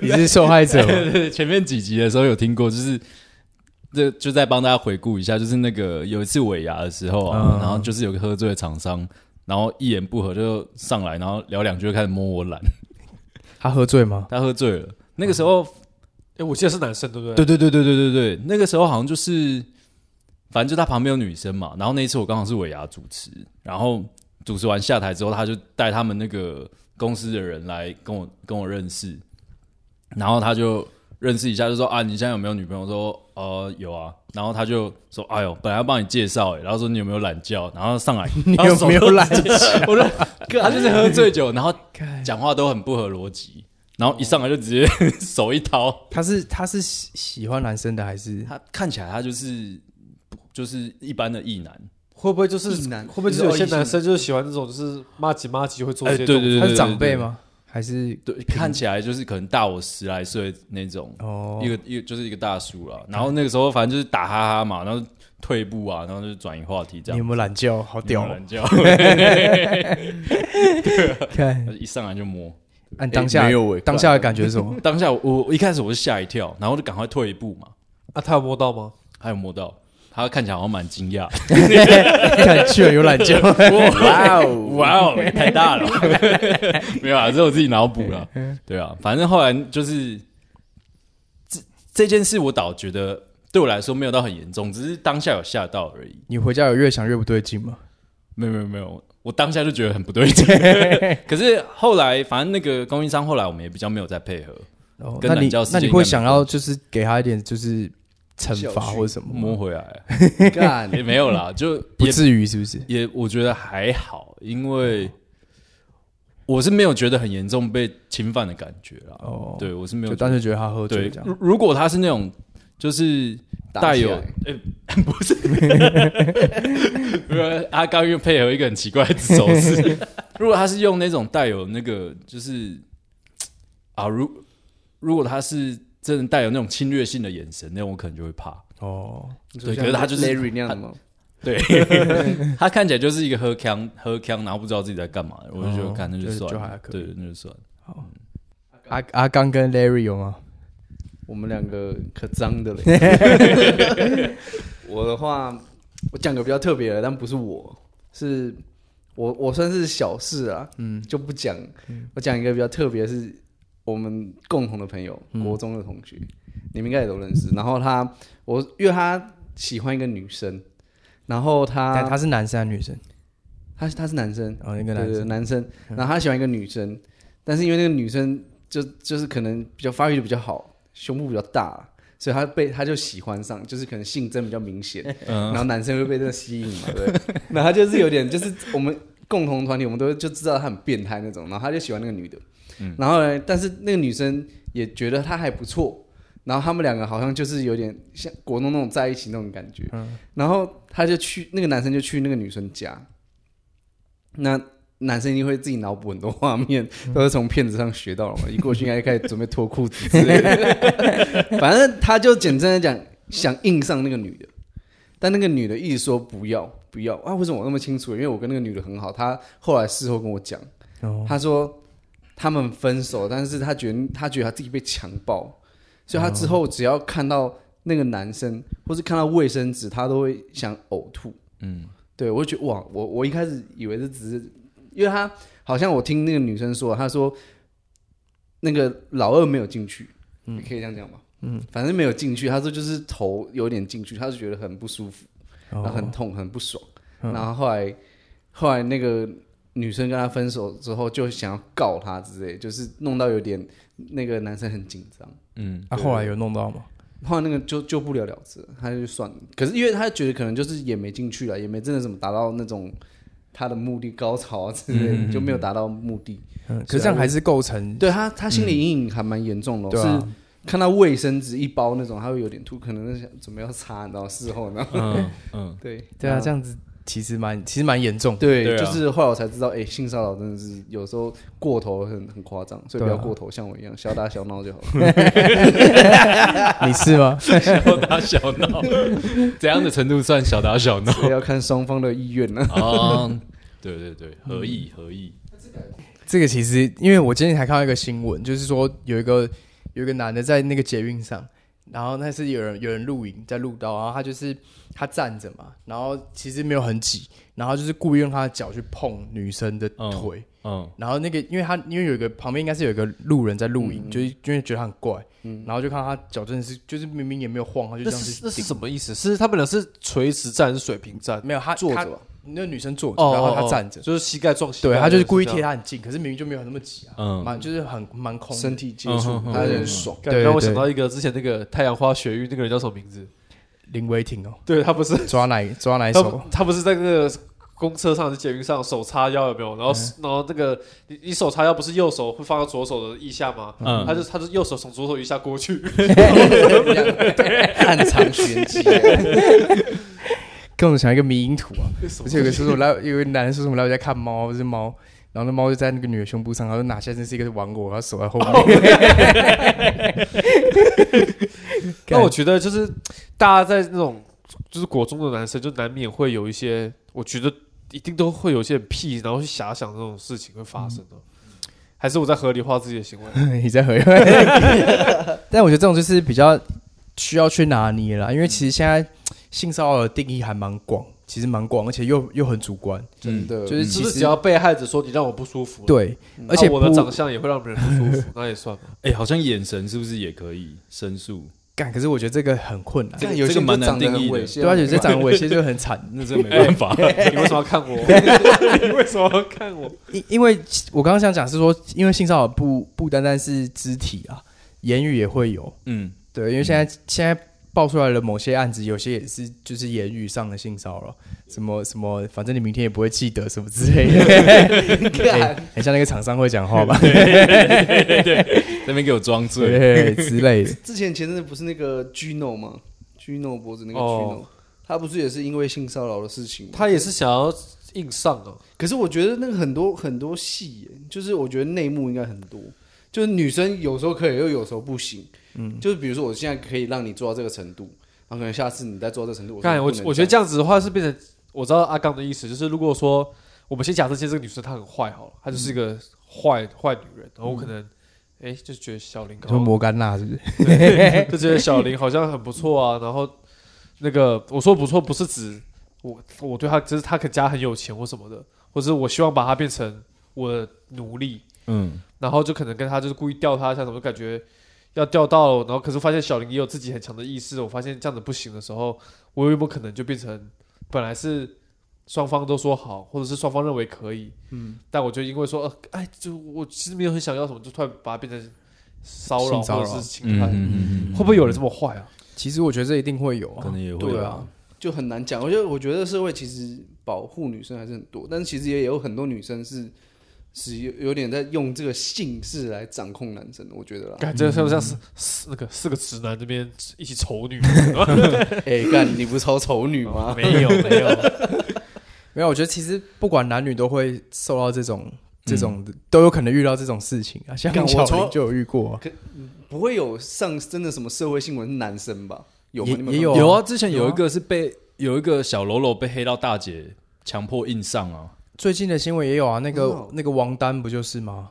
[SPEAKER 1] 你是受害者 吗？
[SPEAKER 2] 对前面几集的时候有听过，就是这就再帮大家回顾一下，就是那个有一次尾牙的时候啊，
[SPEAKER 1] 嗯
[SPEAKER 2] 然后就是有个喝醉的厂商，然后一言不合就上来，然后聊两句就开始摸我懒，
[SPEAKER 1] 他喝醉吗？
[SPEAKER 2] 他喝醉了。那个时候，
[SPEAKER 4] 哎，我记得是男生，对不对？
[SPEAKER 2] 对对对对对对对，那个时候好像就是，反正就他旁边有女生嘛，然后那一次我刚好是尾牙主持，然后主持完下台之后，他就带他们那个公司的人来跟我跟我认识，然后他就认识一下，就说啊，你现在有没有女朋友？我说呃有啊，然后他就说哎呦，本来要帮你介绍、欸，然后说你有没有懒觉？然后上来你
[SPEAKER 1] 你有没有来？
[SPEAKER 2] 我就他就是喝醉酒，然后讲话都很不合逻辑，然后一上来就直接 手一掏。
[SPEAKER 1] 他是他是喜喜欢男生的还是？
[SPEAKER 2] 他看起来他就是不就是一般的异男，
[SPEAKER 4] 会不会就是
[SPEAKER 3] 异男
[SPEAKER 4] 会不会就是有些男生就是喜欢那种就是骂几骂几会做这些
[SPEAKER 2] 哎对
[SPEAKER 4] 动
[SPEAKER 2] 对
[SPEAKER 4] 作
[SPEAKER 1] 他是长辈吗？还是
[SPEAKER 2] 对， 看起来就是可能大我十来岁那种，
[SPEAKER 1] 哦
[SPEAKER 2] 一？个一个就是一个大叔了。然后那个时候反正就是打哈哈嘛，然后退步啊，然后就转移话题这
[SPEAKER 1] 你
[SPEAKER 2] 样
[SPEAKER 1] 有。没有懒觉？好屌哦！
[SPEAKER 2] 人叫，
[SPEAKER 1] 看，
[SPEAKER 2] 一上来就摸。
[SPEAKER 1] 按当下
[SPEAKER 3] 没有欸
[SPEAKER 1] 当下的感觉是什 么？
[SPEAKER 2] 当下我我一开始我是吓一跳，然后就赶快退一步嘛，
[SPEAKER 4] 啊，他有摸到吗？
[SPEAKER 2] 还有摸到。他看起来好像蛮惊讶，
[SPEAKER 1] 看，居然有懒觉。
[SPEAKER 3] 哇哦，
[SPEAKER 2] 哇哦， 也太大了，没有啊，这是我自己脑补 了，对啊，反正后来就是这这件事，我倒觉得对我来说没有到很严重，只是当下有吓到而已。
[SPEAKER 1] 你回家有越想越不对劲吗？
[SPEAKER 2] 没有没有没有，我当下就觉得很不对 劲。可是后来，反正那个供应商后来我们也比较没有再配合，
[SPEAKER 1] 哦，
[SPEAKER 2] 跟
[SPEAKER 1] 那你
[SPEAKER 2] 懒觉世界
[SPEAKER 1] 那你
[SPEAKER 2] 应该
[SPEAKER 1] 会
[SPEAKER 2] 没
[SPEAKER 1] 想
[SPEAKER 2] 关
[SPEAKER 1] 要就是给他一点就是惩罚
[SPEAKER 3] 教训
[SPEAKER 1] 或者什么
[SPEAKER 2] 摸
[SPEAKER 1] 吗？
[SPEAKER 2] 回来
[SPEAKER 3] 干
[SPEAKER 2] 也没有啦，就
[SPEAKER 1] 不
[SPEAKER 2] 也
[SPEAKER 1] 至于是不是？
[SPEAKER 2] 也我觉得还好，因为我是没有觉得很严重被侵犯的感觉啦。
[SPEAKER 1] 哦，，
[SPEAKER 2] 对我是没有
[SPEAKER 1] 就当时觉得他喝醉
[SPEAKER 2] 对
[SPEAKER 1] 这，样。
[SPEAKER 2] 如如果他是那种就是带有
[SPEAKER 3] 打起
[SPEAKER 2] 呃、 不是，不是他刚又配合一个很奇怪的 手势。如果他是用那种带有那个就是啊，如如果他是真的带有那种侵略性的眼神，那我可能就会怕。
[SPEAKER 1] 哦，
[SPEAKER 2] 对可是他就是
[SPEAKER 3] Larry 那样的吗？
[SPEAKER 2] 对他看起来就是一个喝腔喝腔，然后不知道自己在干嘛的，我就觉得
[SPEAKER 1] 哦
[SPEAKER 2] 看那就
[SPEAKER 1] 就是
[SPEAKER 2] 算
[SPEAKER 1] 就
[SPEAKER 2] 了
[SPEAKER 1] 还，可以
[SPEAKER 2] 对，那就算了。
[SPEAKER 1] 阿阿刚跟 Larry 有吗？
[SPEAKER 3] 我们两个可脏的嘞。 我的话，我讲个比较特别的，但不是我，是我我算是小事啊，嗯，就不讲。我讲一个比较特别，是我们共同的朋友，国中的同学，你们应该也都认识。然后他，我因为他喜欢一个女生，然后
[SPEAKER 1] 但
[SPEAKER 3] 他
[SPEAKER 1] 他是男生还是女生？
[SPEAKER 3] 他他是男生，
[SPEAKER 1] 哦，那个
[SPEAKER 3] 对
[SPEAKER 1] 男
[SPEAKER 3] 对
[SPEAKER 1] 生。嗯
[SPEAKER 3] 男生，然后他喜欢一个女生，但是因为那个女生就就是可能比较发育的比较好，胸部比较大，所以他被他就喜欢上，就是可能性征比较明 显，
[SPEAKER 1] 嗯
[SPEAKER 3] 然后男生会被这个吸引嘛，对，然后他就是有点就是我们共同团体，我们都就知道他很变态那种，然后他就喜欢那个女的，
[SPEAKER 1] 嗯
[SPEAKER 3] 然后呢，但是那个女生也觉得他还不错。然后他们两个好像就是有点像国中那种在一起那种感觉，
[SPEAKER 1] 嗯
[SPEAKER 3] 然后他就去那个男生就去那个女生家，那男生一定会自己脑补很多画面，都是从片子上学到了嘛。一过去应该开始准备脱裤子之类的。 反正他就简单的讲，想硬上那个女的，但那个女的一直说不要不要啊！为什么我那么清楚？因为我跟那个女的很好，她后来事后跟我讲，
[SPEAKER 1] 哦，
[SPEAKER 3] 她说他们分手，但是她觉得她觉得她自己被强暴，所以她之后只要看到那个男生或是看到卫生纸，她都会想呕吐。
[SPEAKER 2] 嗯，
[SPEAKER 3] 对，我就觉得哇，我我一开始以为这只是，因为他好像我听那个女生说，她说那个老二没有进去，你可以这样讲吧，嗯，反正没有进去，她说就是头有点进去，她就觉得很不舒服，然后很痛，很不爽，然后后来后来那个女生跟他分手之后，就想要告他之类，就是弄到有点那个男生很紧张。
[SPEAKER 1] 他啊后来有弄到吗？
[SPEAKER 3] 后来那个就就不了了之，他就算了。可是因为他觉得可能就是也没进去了，也没真的怎么达到那种他的目的高潮啊之类的，就没有达到目的。
[SPEAKER 1] 嗯，可是这样还是构成
[SPEAKER 3] 对他，他心理阴影还蛮严重的、
[SPEAKER 1] 对啊
[SPEAKER 3] 哦，是看到卫生纸一包那种，他会有点吐，可能是想准备要擦，你知道事后呢？
[SPEAKER 2] 嗯嗯，
[SPEAKER 3] 对
[SPEAKER 1] 对啊，这样子其实蛮其实蛮严 重的。
[SPEAKER 3] 对，
[SPEAKER 2] 对啊
[SPEAKER 3] 就是后来我才知道，哎、性骚扰真的是有时候过头很很夸张，所以不要
[SPEAKER 1] 对啊
[SPEAKER 3] 过头，像我一样小打小闹就好了。
[SPEAKER 1] 你是吗？
[SPEAKER 2] 小打小 闹，怎样的程度算小打小闹？
[SPEAKER 3] 所以要看双方的意愿呢、
[SPEAKER 2] 啊， 对对对，合意合意，
[SPEAKER 1] 这个其实，因为我今天还看到一个新闻，就是说有一个有一个男的在那个捷运上，然后那是有人有人录影在录到，然后他就是他站着嘛，然后其实没有很挤，然后就是故意用他的脚去碰女生的腿，
[SPEAKER 2] 嗯，
[SPEAKER 1] 然后那个因为他因为有一个旁边应该是有一个路人在录影，就是因为觉得他很怪，然后就看到他脚真的是就是明明也没有晃，他就
[SPEAKER 4] 那
[SPEAKER 1] 这样去
[SPEAKER 4] 是那是
[SPEAKER 1] 顶
[SPEAKER 4] 什么意思？是他们俩是垂直站还是水平站？
[SPEAKER 1] 没有他
[SPEAKER 3] 坐
[SPEAKER 1] 他
[SPEAKER 3] 着吧，
[SPEAKER 1] 那女生坐着，
[SPEAKER 4] 哦，
[SPEAKER 1] 然后他
[SPEAKER 4] 哦
[SPEAKER 1] 站着，
[SPEAKER 4] 就是膝盖撞膝盖
[SPEAKER 1] 对
[SPEAKER 4] 的
[SPEAKER 1] 他就是故意
[SPEAKER 4] 这样
[SPEAKER 1] 贴他很近，可是明明就没有那么挤啊，
[SPEAKER 2] 嗯
[SPEAKER 1] 蛮就是很蛮空的
[SPEAKER 3] 身体接触
[SPEAKER 2] 嗯，嗯嗯
[SPEAKER 3] 他很爽。
[SPEAKER 4] 干
[SPEAKER 1] 对
[SPEAKER 4] 让我
[SPEAKER 1] 对
[SPEAKER 4] 想到一个之前那个太阳花学运那个人叫什么名字？
[SPEAKER 1] 林威廷哦，
[SPEAKER 4] 对他不是
[SPEAKER 1] 抓哪一抓哪一
[SPEAKER 4] 他
[SPEAKER 1] 首
[SPEAKER 4] 不？他不是在那个公车上、捷运上手叉腰有没有？然后、然后那个你你手叉腰不是右手会放到左手的腋下吗？
[SPEAKER 2] 嗯
[SPEAKER 4] 他就他就右手从左手腋下过去，
[SPEAKER 3] 暗藏玄机，
[SPEAKER 1] 跟我们想一个迷因图啊，
[SPEAKER 4] 什
[SPEAKER 1] 不
[SPEAKER 4] 么
[SPEAKER 1] 是有个叔叔来，有个男人叔叔来我家看猫，不是猫，然后那猫就在那个女的胸部上，然后拿下真是一个王国，然后手在后面。
[SPEAKER 4] 那我觉得就是大家在那种就是国中的男生，就难免会有一些，我觉得一定都会有一些屁，然后去遐想这种事情会发生的。还是我在合理化自己的行为，
[SPEAKER 1] 你在回， 但我觉得这种就是比较需要去拿捏啦，因为其实现在性骚扰的定义还蛮广，其实蛮广，而且又又很主观，
[SPEAKER 2] 嗯
[SPEAKER 3] 真的
[SPEAKER 1] 就是
[SPEAKER 4] 是
[SPEAKER 1] 其
[SPEAKER 4] 不是
[SPEAKER 1] 实
[SPEAKER 4] 只要被害者说你让我不舒服，，
[SPEAKER 1] 对，而且
[SPEAKER 4] 嗯啊我的
[SPEAKER 1] 不
[SPEAKER 4] 长相也会让别人不 舒服，那也算吧。
[SPEAKER 2] 哎，好像眼神是不是也可以申诉？
[SPEAKER 1] 干，可是我觉得这个很困难，
[SPEAKER 3] 但
[SPEAKER 2] 这
[SPEAKER 3] 有些
[SPEAKER 2] 这个蛮
[SPEAKER 3] 人就
[SPEAKER 2] 难
[SPEAKER 3] 长得
[SPEAKER 2] 定
[SPEAKER 3] 很
[SPEAKER 2] 义的
[SPEAKER 3] 猥亵，
[SPEAKER 1] 对啊，有些长得猥亵就很惨，
[SPEAKER 2] 那这没办法，
[SPEAKER 4] 你为什么要看我？ 你为什么要看我？
[SPEAKER 1] 哎因因为我刚刚想讲是说，因为性骚扰不不单单是肢体啊，言语也会有。
[SPEAKER 2] 嗯，
[SPEAKER 1] 对，因为现在、现在爆出来的某些案子，有些也是就是言语上的性骚扰，什么什么，反正你明天也不会记得什么之类的。哎很像那个厂商会讲话吧？
[SPEAKER 2] 那边给我装醉，
[SPEAKER 1] 对，之类的。
[SPEAKER 3] 之前前阵子不是那个 Gino 吗？Gino 脖子那个 Gino，、
[SPEAKER 4] 哦
[SPEAKER 3] 他不是也是因为性骚扰的事情吗？
[SPEAKER 4] 他也是想要硬上啊，
[SPEAKER 3] 可是我觉得那个很多很多戏耶，就是我觉得内幕应该很多，就是女生有时候可以，又有时候不行。嗯，就是比如说我现在可以让你做到这个程度，然后可能下次你再做到这个程度，我
[SPEAKER 4] 看我我觉得
[SPEAKER 3] 这
[SPEAKER 4] 这样子的话是变成，我知道阿刚的意思，就是如果说我们先假设现在这个女生她很坏好了，她就是一个
[SPEAKER 3] 嗯
[SPEAKER 4] 坏坏女人，然后我可能哎、诶就觉得小林
[SPEAKER 1] 你
[SPEAKER 4] 好
[SPEAKER 1] 说
[SPEAKER 4] 像
[SPEAKER 1] 摩甘娜是不是？
[SPEAKER 4] 对就觉得小林好像很不错啊，然后那个我说不错不是指我我对她就是她可家很有钱或什么的，或者是我希望把她变成我的奴隶，
[SPEAKER 2] 嗯，
[SPEAKER 4] 然后就可能跟他就是故意吊他一下，怎么感觉要吊到，然后可是发现小林也有自己很强的意识，我发现这样子不行的时候，我有没有可能就变成本来是双方都说好，或者是双方认为可以，嗯，但我就因为说，呃，哎，就我其实没有很想要什么，就突然把它变成骚扰
[SPEAKER 1] 性骚
[SPEAKER 4] 或
[SPEAKER 1] 扰
[SPEAKER 4] 者是侵
[SPEAKER 2] 嗯
[SPEAKER 4] 害，
[SPEAKER 2] 嗯嗯
[SPEAKER 4] 会不会有人这么坏啊？
[SPEAKER 1] 其实我觉得这一定会有
[SPEAKER 2] 嗯，
[SPEAKER 1] 啊
[SPEAKER 2] 可。能也会
[SPEAKER 1] 对啊，，
[SPEAKER 3] 就很难讲。我觉得我觉得社会其实保护女生还是很多，但是其实也有很多女生是是有有点在用这个性事来掌控男生的，我觉得啦。
[SPEAKER 4] 感觉像不像是四那个四个直男这边一起丑女？
[SPEAKER 3] 哎，干、你不是超丑女吗？
[SPEAKER 4] 没有没有，
[SPEAKER 1] 没有，我觉得其实不管男女都会受到这
[SPEAKER 2] 嗯
[SPEAKER 1] 种这种、都有可能遇到这种事情啊。像
[SPEAKER 3] 干我
[SPEAKER 1] 小
[SPEAKER 3] 从
[SPEAKER 1] 林就有遇过啊、
[SPEAKER 3] 不会有上真的什么社会新闻是男生吧？有吗？
[SPEAKER 1] 也
[SPEAKER 3] 你们
[SPEAKER 1] 也
[SPEAKER 3] 有
[SPEAKER 1] 有
[SPEAKER 3] 看过
[SPEAKER 2] 有啊，之前有一个是被有一个小喽啰被黑到大姐强迫硬上啊，
[SPEAKER 1] 最近的新闻也有啊，那个、
[SPEAKER 3] 哦
[SPEAKER 1] 那个王丹不就是吗？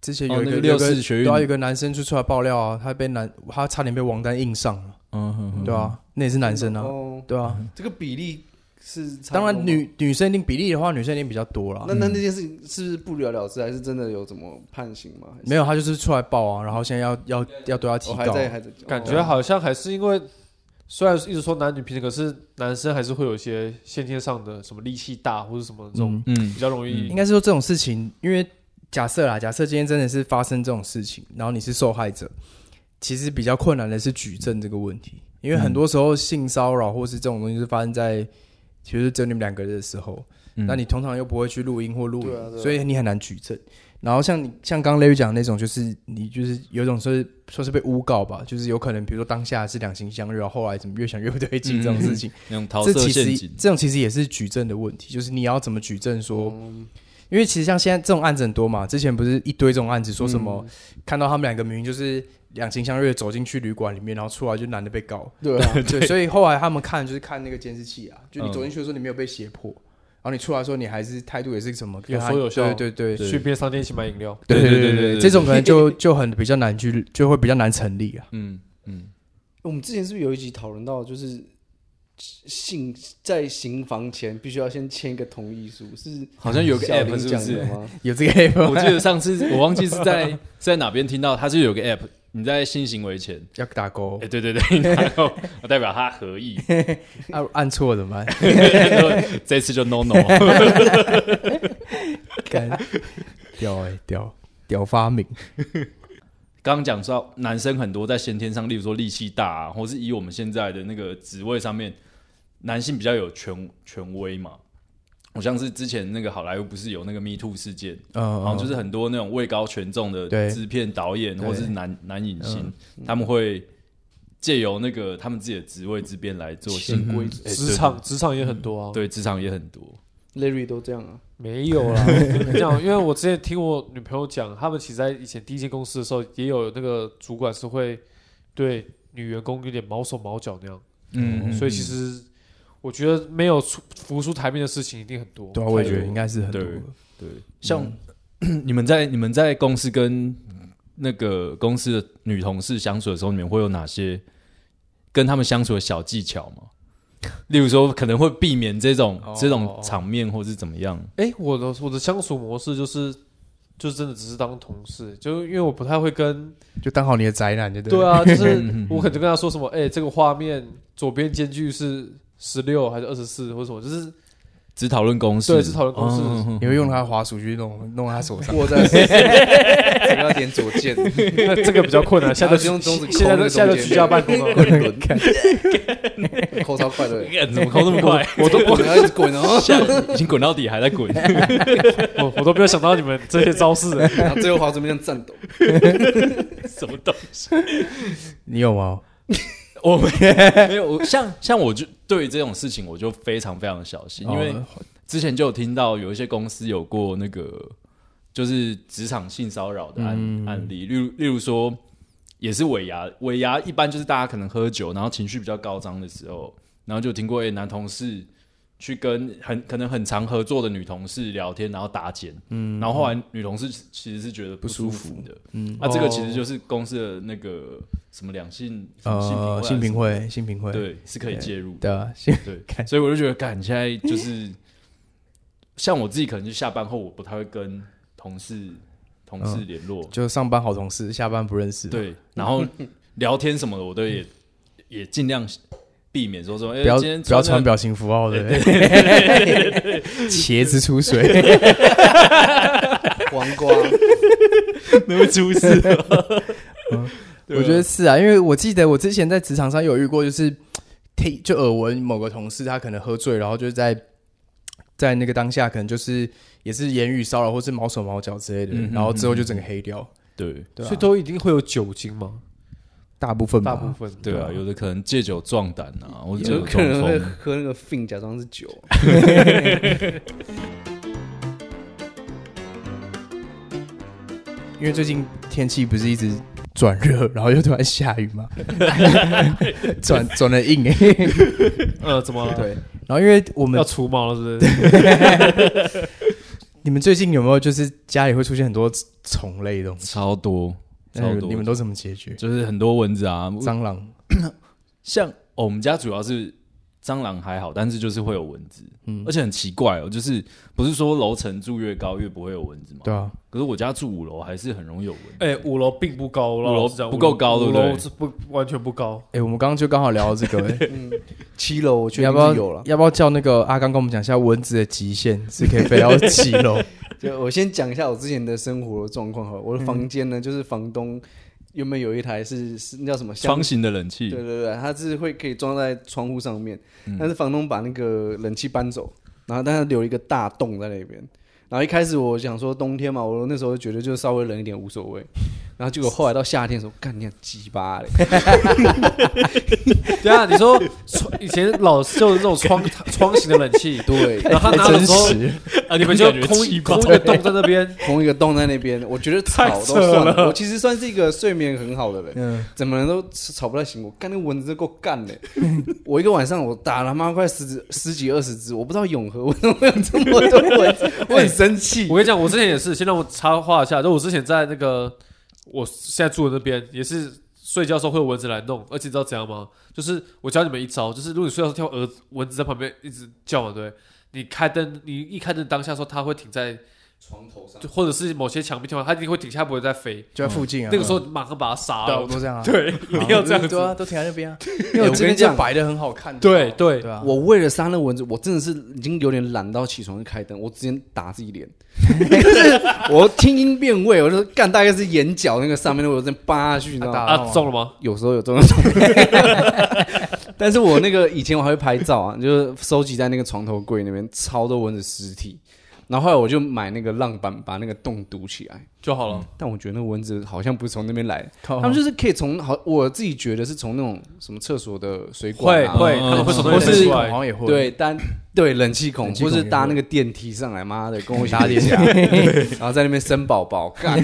[SPEAKER 1] 之前有一个、
[SPEAKER 2] 哦那个
[SPEAKER 1] 有一
[SPEAKER 2] 六四学运
[SPEAKER 1] 对啊，有一个男生就出来爆料啊，他被男他差点被王丹硬上了，
[SPEAKER 2] 嗯哼哼
[SPEAKER 1] 对啊，那也是男生啊，
[SPEAKER 3] 哦，
[SPEAKER 1] 对啊，
[SPEAKER 3] 这个比例是差不
[SPEAKER 1] 当
[SPEAKER 3] 多吗
[SPEAKER 1] 然女女生一定比例的话，女生一定比较多啦
[SPEAKER 3] 那。那那件事情是不是不了了之，还是真的有怎么判刑吗？还是
[SPEAKER 1] 嗯没有，他就是出来爆啊，然后现在要要要对他提
[SPEAKER 3] 我还
[SPEAKER 1] 告，啊
[SPEAKER 3] 在还在讲哦
[SPEAKER 4] 感觉好像还是因为，虽然一直说男女平等，可是男生还是会有一些先天上的什么力气大或者什么这种
[SPEAKER 1] 嗯，
[SPEAKER 2] 嗯
[SPEAKER 4] 比较容易
[SPEAKER 1] 应。该是说这种事情，因为假设啦，假设今天真的是发生这种事情，然后你是受害者，其实比较困难的是举证这个问题，因为
[SPEAKER 2] 嗯
[SPEAKER 1] 很多时候性骚扰或是这种东西是发生在其实只有你们两个人的时候，
[SPEAKER 2] 嗯
[SPEAKER 1] 那你通常又不会去录音或录影，
[SPEAKER 3] 对啊对啊
[SPEAKER 1] 所以你很难举证。然后像你像刚 Larry 讲的那种，就是你就是有一种说是说是被诬告吧，就是有可能比如说当下是两情相悦，后来怎么越想越不对
[SPEAKER 2] 嗯
[SPEAKER 1] 劲这种事情，
[SPEAKER 2] 那种桃
[SPEAKER 1] 这
[SPEAKER 2] 色
[SPEAKER 1] 其
[SPEAKER 2] 陷
[SPEAKER 1] 实
[SPEAKER 2] 阱，
[SPEAKER 1] 这种其实也是举证的问题，就是你要怎么举证说，
[SPEAKER 4] 哦
[SPEAKER 1] 因为其实像现在这种案子很多嘛，之前不是一堆这种案子，说什么、
[SPEAKER 4] 嗯
[SPEAKER 1] 看到他们两个明明就是两情相悦走进去旅馆里面，然后出来就男的被告，
[SPEAKER 3] 对啊，
[SPEAKER 1] 对，所以后来他们看就是看那个监视器啊，就你
[SPEAKER 2] 嗯
[SPEAKER 1] 走进去的时候你没有被胁迫，然后你出来的时候你还是态度也是什么
[SPEAKER 4] 有
[SPEAKER 1] 跟他
[SPEAKER 4] 说有笑
[SPEAKER 1] 对对对。
[SPEAKER 4] 去便利商店一起买饮料，
[SPEAKER 2] 对
[SPEAKER 1] 对
[SPEAKER 2] 对
[SPEAKER 1] 对
[SPEAKER 2] 对对对
[SPEAKER 1] 这种可能就就很比较难去，就会比较难成立啊。
[SPEAKER 2] 嗯 嗯，
[SPEAKER 3] 我们之前是不是有一集讨论到，就是性在行房前必须要先签一个同意书，是
[SPEAKER 2] 好像有个
[SPEAKER 3] 小
[SPEAKER 2] app
[SPEAKER 3] 林
[SPEAKER 2] 是不
[SPEAKER 3] 讲的
[SPEAKER 2] 是
[SPEAKER 3] 吗？
[SPEAKER 1] 有这个 app
[SPEAKER 2] 我记得上次我忘记是在是在哪边听到，它就有个 app，你在性行为前，
[SPEAKER 1] 要打勾
[SPEAKER 2] 哎、，对对对， 然后代表他合意，
[SPEAKER 1] 按啊按错怎么
[SPEAKER 2] 哎
[SPEAKER 1] 办？
[SPEAKER 2] 这次就 no no，
[SPEAKER 1] 干 屌哎、屌屌发明，
[SPEAKER 2] 刚刚讲到男生很多在先天上，例如说力气大、啊，或是以我们现在的那个职位上面，男性比较有权权威嘛。我像是之前那个好莱坞不是有那个 Me Too 事件，
[SPEAKER 1] 嗯，
[SPEAKER 2] 然后就是很多那种位高权重的
[SPEAKER 1] 对
[SPEAKER 2] 制片、导演
[SPEAKER 1] 对
[SPEAKER 2] 或是男男影星，他们会借由那个他们自己的职位之便来做性
[SPEAKER 1] 嗯
[SPEAKER 2] 规
[SPEAKER 1] 嗯
[SPEAKER 2] 哎嗯
[SPEAKER 4] 职场职场也很多啊。，
[SPEAKER 2] 对职场也很多，
[SPEAKER 3] Larry 都这样 啊，
[SPEAKER 4] 没有啦，这样，因为我之前听我女朋友讲，他们其实在以前第一间公司的时候，也有那个主管是会对女员工有点毛手毛脚那样，
[SPEAKER 2] 嗯
[SPEAKER 4] 所以其实我觉得没有出浮出台面的事情一定很多。
[SPEAKER 1] 对啊，我也觉得应该是很多
[SPEAKER 2] 对对，像、嗯你们在你们在公司跟那个公司的女同事相处的时候，你们会有哪些跟他们相处的小技巧吗？例如说，可能会避免这种、
[SPEAKER 1] 哦
[SPEAKER 2] 这种场面，或是怎么样？
[SPEAKER 4] 哎、我的我的相处模式就是，就真的只是当同事，就因为我不太会跟，
[SPEAKER 1] 就当好你的宅男就对
[SPEAKER 4] 对
[SPEAKER 1] 了。
[SPEAKER 4] 啊，就是 我可能就跟他说什么，哎、这个画面左边间距是十六还是二十四或者什么，就是
[SPEAKER 2] 只讨论公司，嗯
[SPEAKER 4] 对，是讨论公式。
[SPEAKER 1] 你会用他的滑鼠去弄弄他 手上，
[SPEAKER 3] 握在手上，只要点左键，
[SPEAKER 4] 那这个比较困难，现在
[SPEAKER 3] 然后 就用中指
[SPEAKER 4] 现在
[SPEAKER 3] 抠那
[SPEAKER 4] 都
[SPEAKER 3] 个
[SPEAKER 4] 现在都
[SPEAKER 3] 中间
[SPEAKER 4] 居家办公了，
[SPEAKER 3] 抠超快 的，
[SPEAKER 2] 干怎么抠那么快？
[SPEAKER 3] 我都滚，要一直滚哦，
[SPEAKER 2] 现在已经滚到底，还在滚。
[SPEAKER 4] 我我都没有想到你们这些招式。
[SPEAKER 3] 然后最后滑这边这样颤抖，
[SPEAKER 2] 什么东西？
[SPEAKER 1] 你有吗？
[SPEAKER 2] 我没没有，我像像我就对于这种事情，我就非常非常小心，因为
[SPEAKER 1] 哦
[SPEAKER 2] 之前就有听到有一些公司有过那个就是职场性骚扰的案、案例，例如例如说也是尾牙，尾牙一般就是大家可能喝酒，然后情绪比较高涨的时候，然后就听过哎、男同事去跟很可能很常合作的女同事聊天，然后打减，嗯，然后后来女同事其实是觉得不舒服的，嗯，那、这个其实就是公司的那个什么两性什么
[SPEAKER 1] 呃，
[SPEAKER 2] 性
[SPEAKER 1] 性
[SPEAKER 2] 平
[SPEAKER 1] 平
[SPEAKER 2] 会啊
[SPEAKER 1] 会，性平会，
[SPEAKER 2] 什么，对，是可以介入的。
[SPEAKER 1] 对啊，性
[SPEAKER 2] 对，
[SPEAKER 1] 看
[SPEAKER 2] 所以我就觉得，干，现在就是像我自己，可能就下班后我不太会跟同事同事联络，
[SPEAKER 1] 嗯就上班好同事，下班不认识，，
[SPEAKER 2] 对，然后聊天什么的，我都也 也尽量避免说说，哎、
[SPEAKER 1] 不要
[SPEAKER 2] 今天
[SPEAKER 1] 不要
[SPEAKER 2] 穿
[SPEAKER 1] 传
[SPEAKER 2] 那
[SPEAKER 1] 表情符号的，茄子出水，
[SPEAKER 3] 黄瓜，
[SPEAKER 2] 那会出 事。
[SPEAKER 1] 我觉得是啊，因为我记得我之前在职场上有遇过，就是听就耳闻某个同事他可能喝醉，然后就在在那个当下可能就是也是言语骚扰或是毛手毛脚之类的，
[SPEAKER 2] 嗯哼
[SPEAKER 1] 然后之后就整个黑掉，
[SPEAKER 2] 对
[SPEAKER 1] 对啊
[SPEAKER 4] 所以都一定会有酒精嘛，
[SPEAKER 1] 大部分吧
[SPEAKER 4] 大部分
[SPEAKER 2] 对啊，有的可能借酒壮胆啊，或者借
[SPEAKER 3] 有
[SPEAKER 2] 酒
[SPEAKER 3] 可能
[SPEAKER 2] 装
[SPEAKER 3] 会
[SPEAKER 2] 疯。
[SPEAKER 3] 喝那个 fin 假装是酒，
[SPEAKER 1] 因为最近天气不是一直转热，然后又突然下雨 嘛，转转的硬、欸，
[SPEAKER 4] 呃，怎么了？
[SPEAKER 1] 对。然后因为我们
[SPEAKER 4] 要除毛了是不是？
[SPEAKER 1] 你们最近有没有就是家里会出现很多虫类的东西？
[SPEAKER 2] 超多，
[SPEAKER 1] 那
[SPEAKER 2] 超
[SPEAKER 1] 你
[SPEAKER 2] 多，
[SPEAKER 1] 们你们都怎么解决？
[SPEAKER 2] 就是很多蚊子啊，
[SPEAKER 1] 蟑螂，
[SPEAKER 2] 像、哦我们家主要是蟑螂还好，但是就是会有蚊子，
[SPEAKER 1] 嗯
[SPEAKER 2] 而且很奇怪哦，就是不是说楼层住越高越不会有蚊子吗？
[SPEAKER 1] 对啊，
[SPEAKER 2] 可是我家住五楼还是很容易有蚊子。
[SPEAKER 4] 哎，五楼并不高，
[SPEAKER 2] 楼
[SPEAKER 4] 老实讲
[SPEAKER 2] 不够高
[SPEAKER 4] 五
[SPEAKER 2] 对不对
[SPEAKER 4] 五楼是不完全不高。
[SPEAKER 1] 哎、我们刚刚就刚好聊到这 个、欸，
[SPEAKER 3] 七楼我确
[SPEAKER 1] 你要
[SPEAKER 3] 定
[SPEAKER 1] 不要
[SPEAKER 3] 是有了。
[SPEAKER 1] 要不要叫那个阿刚跟我们讲一下蚊子的极限是可以飞到七楼？
[SPEAKER 3] 就我先讲一下我之前的生活的状况好了，我的房间呢，就是房东原本有一台是是那叫什么箱
[SPEAKER 2] 方形的冷气
[SPEAKER 3] 对，对对，它是会可以装在窗户嗯上面，但是房东把那个冷气搬走，然后但是留一个大洞在那边，然后一开始我想说冬天嘛，我那时候觉得就稍微冷一点无所谓，然后结果后来到夏天的时候，干你很鸡巴 嘞，
[SPEAKER 4] 对啊，你说窗以前老是有那种窗窗型的冷气，
[SPEAKER 3] 对，
[SPEAKER 4] 然后他拿的
[SPEAKER 1] 真
[SPEAKER 4] 时候，
[SPEAKER 1] 实，
[SPEAKER 2] 啊，
[SPEAKER 4] 你们就
[SPEAKER 2] 感觉
[SPEAKER 4] 空
[SPEAKER 2] 气
[SPEAKER 4] 一
[SPEAKER 2] 爆
[SPEAKER 4] 空一个洞在那边，
[SPEAKER 3] 空一个洞在那边，我觉得吵都算了，我其实算是一个睡眠很好的人，
[SPEAKER 1] 嗯，
[SPEAKER 3] 怎么能都吵不太醒我，干那蚊子够干 的，我一个晚上我打了妈快十几十几二十只，我不知道永和为什么会有这么多蚊子，我很生气
[SPEAKER 4] 我。跟你讲，我之前也是，先让我插话一下，就我之前在那个我现在住的那边，也是睡觉的时候会有蚊子来弄，而且你知道怎样吗？就是我教你们一招，就是如果你睡觉的时候听到蚊蚊子在旁边一直叫嘛，对不对，你开灯，你一开灯当下的时候，它会停在
[SPEAKER 3] 床头上
[SPEAKER 4] 就或者是某些墙壁地方，它一定会停下，不会再飞。
[SPEAKER 1] 就在附近啊。
[SPEAKER 4] 那个时候马上把它杀
[SPEAKER 1] 对啊，我
[SPEAKER 4] 了，
[SPEAKER 1] 都这 样啊。
[SPEAKER 4] 对，一定要这样
[SPEAKER 1] 对
[SPEAKER 4] 子。哎
[SPEAKER 1] 啊，都停在那 边啊。因
[SPEAKER 3] 因
[SPEAKER 1] 为
[SPEAKER 3] 为
[SPEAKER 1] 我
[SPEAKER 3] 我
[SPEAKER 1] 跟
[SPEAKER 3] 跟
[SPEAKER 1] 你
[SPEAKER 3] 你
[SPEAKER 1] 讲，
[SPEAKER 3] 讲
[SPEAKER 1] 摆的很好看。
[SPEAKER 4] 对对
[SPEAKER 1] 对，啊，
[SPEAKER 3] 我为了杀那蚊子，我真的是已经有点懒到起床就开灯，我直接打自己脸。就是我听音辨位，我就干大概是眼角那个上面的，我这样扒下去，你知道
[SPEAKER 1] 啊
[SPEAKER 3] 吗？
[SPEAKER 1] 打
[SPEAKER 4] 啊，中了吗？
[SPEAKER 3] 有时候有这种，但是我那个以前我还会拍照啊，就是收集在那个床头柜那边超多蚊子尸体，然后后来我就买那个浪板把那个洞堵起来，
[SPEAKER 4] 就好了。
[SPEAKER 3] 但我觉得那蚊子好像不是从那边来的，
[SPEAKER 1] 他
[SPEAKER 3] 他们就是可以从好，我自己觉得是从那种什么厕所的水管
[SPEAKER 4] 会
[SPEAKER 3] 啊，
[SPEAKER 4] 会，
[SPEAKER 2] 嗯
[SPEAKER 4] 他们会从那
[SPEAKER 1] 哦或
[SPEAKER 4] 边
[SPEAKER 1] 是
[SPEAKER 4] 出
[SPEAKER 1] 好
[SPEAKER 4] 来。
[SPEAKER 1] 像也会，
[SPEAKER 3] 对，单 对冷气孔，
[SPEAKER 1] 冷气孔
[SPEAKER 3] 或是搭
[SPEAKER 1] 也会
[SPEAKER 3] 那个电梯上来，妈的，跟我一起
[SPEAKER 1] 打
[SPEAKER 3] 一
[SPEAKER 1] 脸
[SPEAKER 3] 下，然后在那边生 宝宝，干，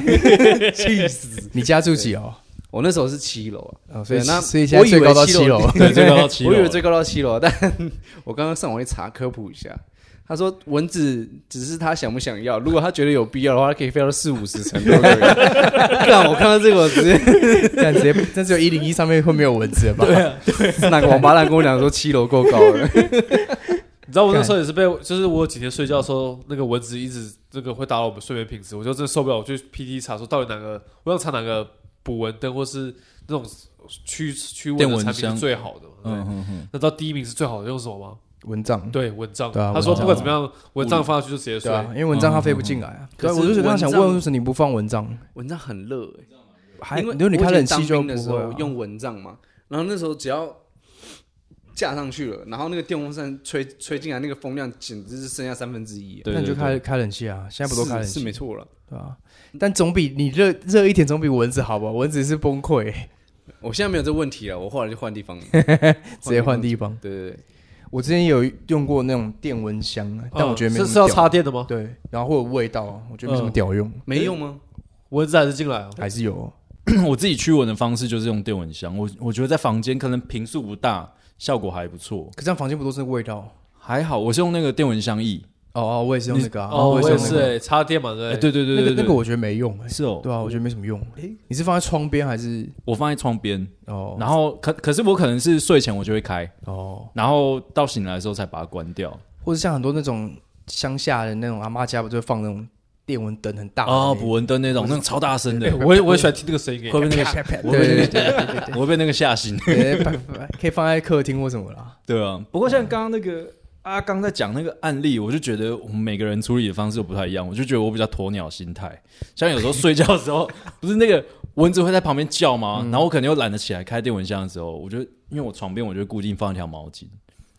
[SPEAKER 3] 气死！
[SPEAKER 1] 你家住几楼？
[SPEAKER 3] 我那时候是七楼啊，
[SPEAKER 1] 哦所以
[SPEAKER 3] 对那
[SPEAKER 1] 所以现在
[SPEAKER 3] 我以
[SPEAKER 1] 最
[SPEAKER 3] 为
[SPEAKER 1] 高到
[SPEAKER 3] 七
[SPEAKER 1] 七楼
[SPEAKER 3] 楼，
[SPEAKER 2] 对，最高到七楼
[SPEAKER 3] 我
[SPEAKER 2] 了，
[SPEAKER 3] 以为最高到七楼，但 我刚刚上网一查科普一下，他说蚊子只是他想不想要，如果他觉得有必要的话，他可以飞到四五十层都 可以。干，我看到这个，我直接
[SPEAKER 1] 但直接，但只有一零一上面会没有蚊子了吧？对，啊
[SPEAKER 3] 哪个王八蛋跟我讲说七楼够高了？
[SPEAKER 4] 你知道我那时候也是被，就是我有几天睡觉的时候，那个蚊子一直那个会打扰我们睡眠品质，我就真的受不了，我去 PT 查说到底哪个，我想查哪个捕蚊灯或是那种驱驱蚊
[SPEAKER 2] 电
[SPEAKER 4] 的
[SPEAKER 2] 蚊
[SPEAKER 4] 产品
[SPEAKER 2] 香
[SPEAKER 4] 是最好的嘛。
[SPEAKER 2] 嗯
[SPEAKER 4] 嗯，
[SPEAKER 2] 哼哼，
[SPEAKER 4] 那知道第一名是最好的用什么吗？
[SPEAKER 1] 蚊帐。
[SPEAKER 4] 对，蚊帐。
[SPEAKER 1] 对啊
[SPEAKER 4] 他说
[SPEAKER 1] 蚊帐
[SPEAKER 4] 不管怎么样，蚊帐放下去就直接睡
[SPEAKER 1] 对。啊，因为蚊帐它飞不进来啊。对啊，我就是刚刚想
[SPEAKER 3] 蚊
[SPEAKER 1] 问，
[SPEAKER 3] 帐
[SPEAKER 1] 为什么你不放蚊帐？
[SPEAKER 3] 蚊帐很热欸
[SPEAKER 1] 还
[SPEAKER 3] 因为
[SPEAKER 1] 你说你
[SPEAKER 3] 我以
[SPEAKER 1] 开
[SPEAKER 3] 前
[SPEAKER 1] 冷气就
[SPEAKER 3] 当
[SPEAKER 1] 不
[SPEAKER 3] 兵的时
[SPEAKER 1] 会
[SPEAKER 3] 候
[SPEAKER 1] 啊
[SPEAKER 3] 用蚊帐嘛，然后那时候只要架上去了，然后那个电风扇吹吹进来，那个风量简直是剩下三分之一。啊
[SPEAKER 2] 对
[SPEAKER 1] 那你就
[SPEAKER 2] 对
[SPEAKER 1] 开开冷气啊，现在不都开冷
[SPEAKER 3] 是
[SPEAKER 1] 气？
[SPEAKER 3] 是没错了。
[SPEAKER 1] 对啊，但总比你热热一点，总比蚊子好吧？蚊子是崩溃，
[SPEAKER 3] 我现在没有这个问题了，我后来就换地 方了。
[SPEAKER 1] 直接换地方。
[SPEAKER 3] 对对对，
[SPEAKER 1] 我之前有用过那种电蚊香啊，但我觉得没
[SPEAKER 4] 嗯
[SPEAKER 1] 什
[SPEAKER 4] 是
[SPEAKER 1] 么
[SPEAKER 4] 是要
[SPEAKER 1] 屌
[SPEAKER 4] 插电的吗？
[SPEAKER 1] 对，然后会有味道啊，我觉得没什么
[SPEAKER 4] 嗯
[SPEAKER 1] 屌用，
[SPEAKER 3] 没用吗？
[SPEAKER 4] 蚊子还是进来哦。
[SPEAKER 1] 还是有。
[SPEAKER 2] 嗯 我自己驱蚊的方式就是用电蚊香，我我觉得在房间可能频数不大，效果还不错，
[SPEAKER 1] 可这样房间不都是味道？
[SPEAKER 2] 还好我是用那个电蚊香液，
[SPEAKER 1] 哦哦，我也是用那个啊，
[SPEAKER 4] 哦，我
[SPEAKER 1] 也
[SPEAKER 4] 也
[SPEAKER 1] 是
[SPEAKER 4] 是
[SPEAKER 1] 用那个
[SPEAKER 4] 欸，插电嘛，对
[SPEAKER 2] 哎，
[SPEAKER 4] 不对。
[SPEAKER 2] 对对对
[SPEAKER 1] 那
[SPEAKER 2] 对
[SPEAKER 1] 个
[SPEAKER 2] 对，
[SPEAKER 1] 那个我觉得没用欸，
[SPEAKER 2] 是哦，
[SPEAKER 1] 对啊，我觉得没什么用。你是放在窗边还是？
[SPEAKER 2] 我放在窗边，
[SPEAKER 1] 哦
[SPEAKER 2] 然后可可是我可能是睡前我就会开，
[SPEAKER 1] 哦，
[SPEAKER 2] 然后到醒来的时候才把它关掉。
[SPEAKER 1] 或者像很多那种乡下的那种阿妈家，不就会放那种电蚊灯很大的那
[SPEAKER 2] 哦，捕蚊灯那种，那种超大声的
[SPEAKER 4] 哎，我也我也喜欢听这个声音
[SPEAKER 2] 会
[SPEAKER 4] 欸。
[SPEAKER 2] 被那
[SPEAKER 1] 啪
[SPEAKER 2] 个
[SPEAKER 1] 啪啪
[SPEAKER 2] 我被
[SPEAKER 1] 对对
[SPEAKER 2] 那
[SPEAKER 1] 对对
[SPEAKER 2] 个我会被那个吓醒。
[SPEAKER 1] 对对啪啪啪可以放在客厅或什么啦。
[SPEAKER 2] 对啊，不过像刚刚那个阿刚在讲那个案例，我就觉得我们每个人处理的方式都不太一样。我就觉得我比较鸵鸟心态，像有时候睡觉的时候，不是那个蚊子会在旁边叫吗？然后我可能又懒得起来开电蚊香的时候，我就因为我床边我就固定放一条毛巾，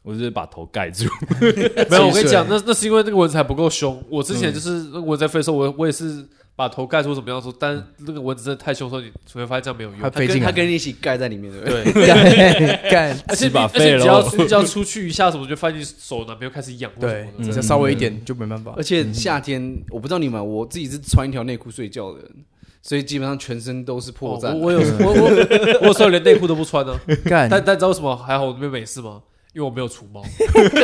[SPEAKER 2] 我就是把头盖 住。
[SPEAKER 4] 没有，
[SPEAKER 1] 自己
[SPEAKER 4] 我跟你
[SPEAKER 1] 睡
[SPEAKER 4] 讲，那那是因为那个蚊子还不够凶。我之前就是那个蚊子在飞的时候，我我也是把头盖住怎么样说，但那个蚊子真的太凶的时候，你你会发现这样没有
[SPEAKER 1] 它
[SPEAKER 4] 用。
[SPEAKER 1] 飞进
[SPEAKER 3] 他
[SPEAKER 1] 来，
[SPEAKER 3] 跟你一起盖在里面，对不对？
[SPEAKER 4] 对，
[SPEAKER 1] 干干
[SPEAKER 4] 而且
[SPEAKER 2] 吃
[SPEAKER 4] 你
[SPEAKER 2] 饱
[SPEAKER 4] 而
[SPEAKER 2] 废
[SPEAKER 4] 且
[SPEAKER 2] 喽
[SPEAKER 4] 只要睡觉出去一下什么，就发现手哪边又开始痒或什
[SPEAKER 1] 对
[SPEAKER 4] 么，的。嗯
[SPEAKER 1] 只要稍微一点就没办法
[SPEAKER 3] 而。且夏天我不知道你们，我自己是穿一条内裤睡觉的人，所以基本上全身都是破
[SPEAKER 4] 哦
[SPEAKER 3] 绽。
[SPEAKER 4] 我我有我我我有 时候连内裤都不穿呢、
[SPEAKER 1] 干
[SPEAKER 4] 但但知道为什么还好我那边没事吗？因为我没有除毛，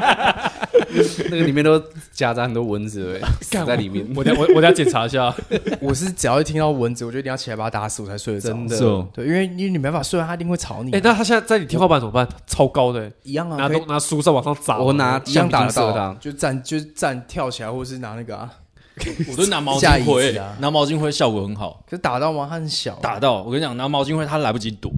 [SPEAKER 3] 那个里面都夹杂很多蚊 子，对不对死在里面。
[SPEAKER 4] 我等下我我等下检查一下。
[SPEAKER 1] 我是只要一听到蚊子，我就一定要起来把它打死，我才睡得着。
[SPEAKER 3] 真的
[SPEAKER 2] 是哦，
[SPEAKER 1] 对，因为因为你没办法睡，它一定会吵你啊
[SPEAKER 4] 哎、。那他现在在你天花板怎么办？超高的欸、
[SPEAKER 1] 一样
[SPEAKER 4] 拿
[SPEAKER 1] 啊，可以
[SPEAKER 4] 东拿书在往上砸。
[SPEAKER 3] 我拿
[SPEAKER 1] 一样打得到
[SPEAKER 3] 射
[SPEAKER 1] 啊
[SPEAKER 3] 它，，
[SPEAKER 1] 就站就站跳起来，或是拿那个啊。
[SPEAKER 2] 我都拿毛
[SPEAKER 1] 下
[SPEAKER 2] 巾
[SPEAKER 1] 椅子
[SPEAKER 2] 挥，
[SPEAKER 1] 啊
[SPEAKER 2] 拿毛巾挥效果很好，
[SPEAKER 1] 可是打到吗？它很小，啊
[SPEAKER 2] 打到我跟你讲，拿毛巾挥它来不及躲，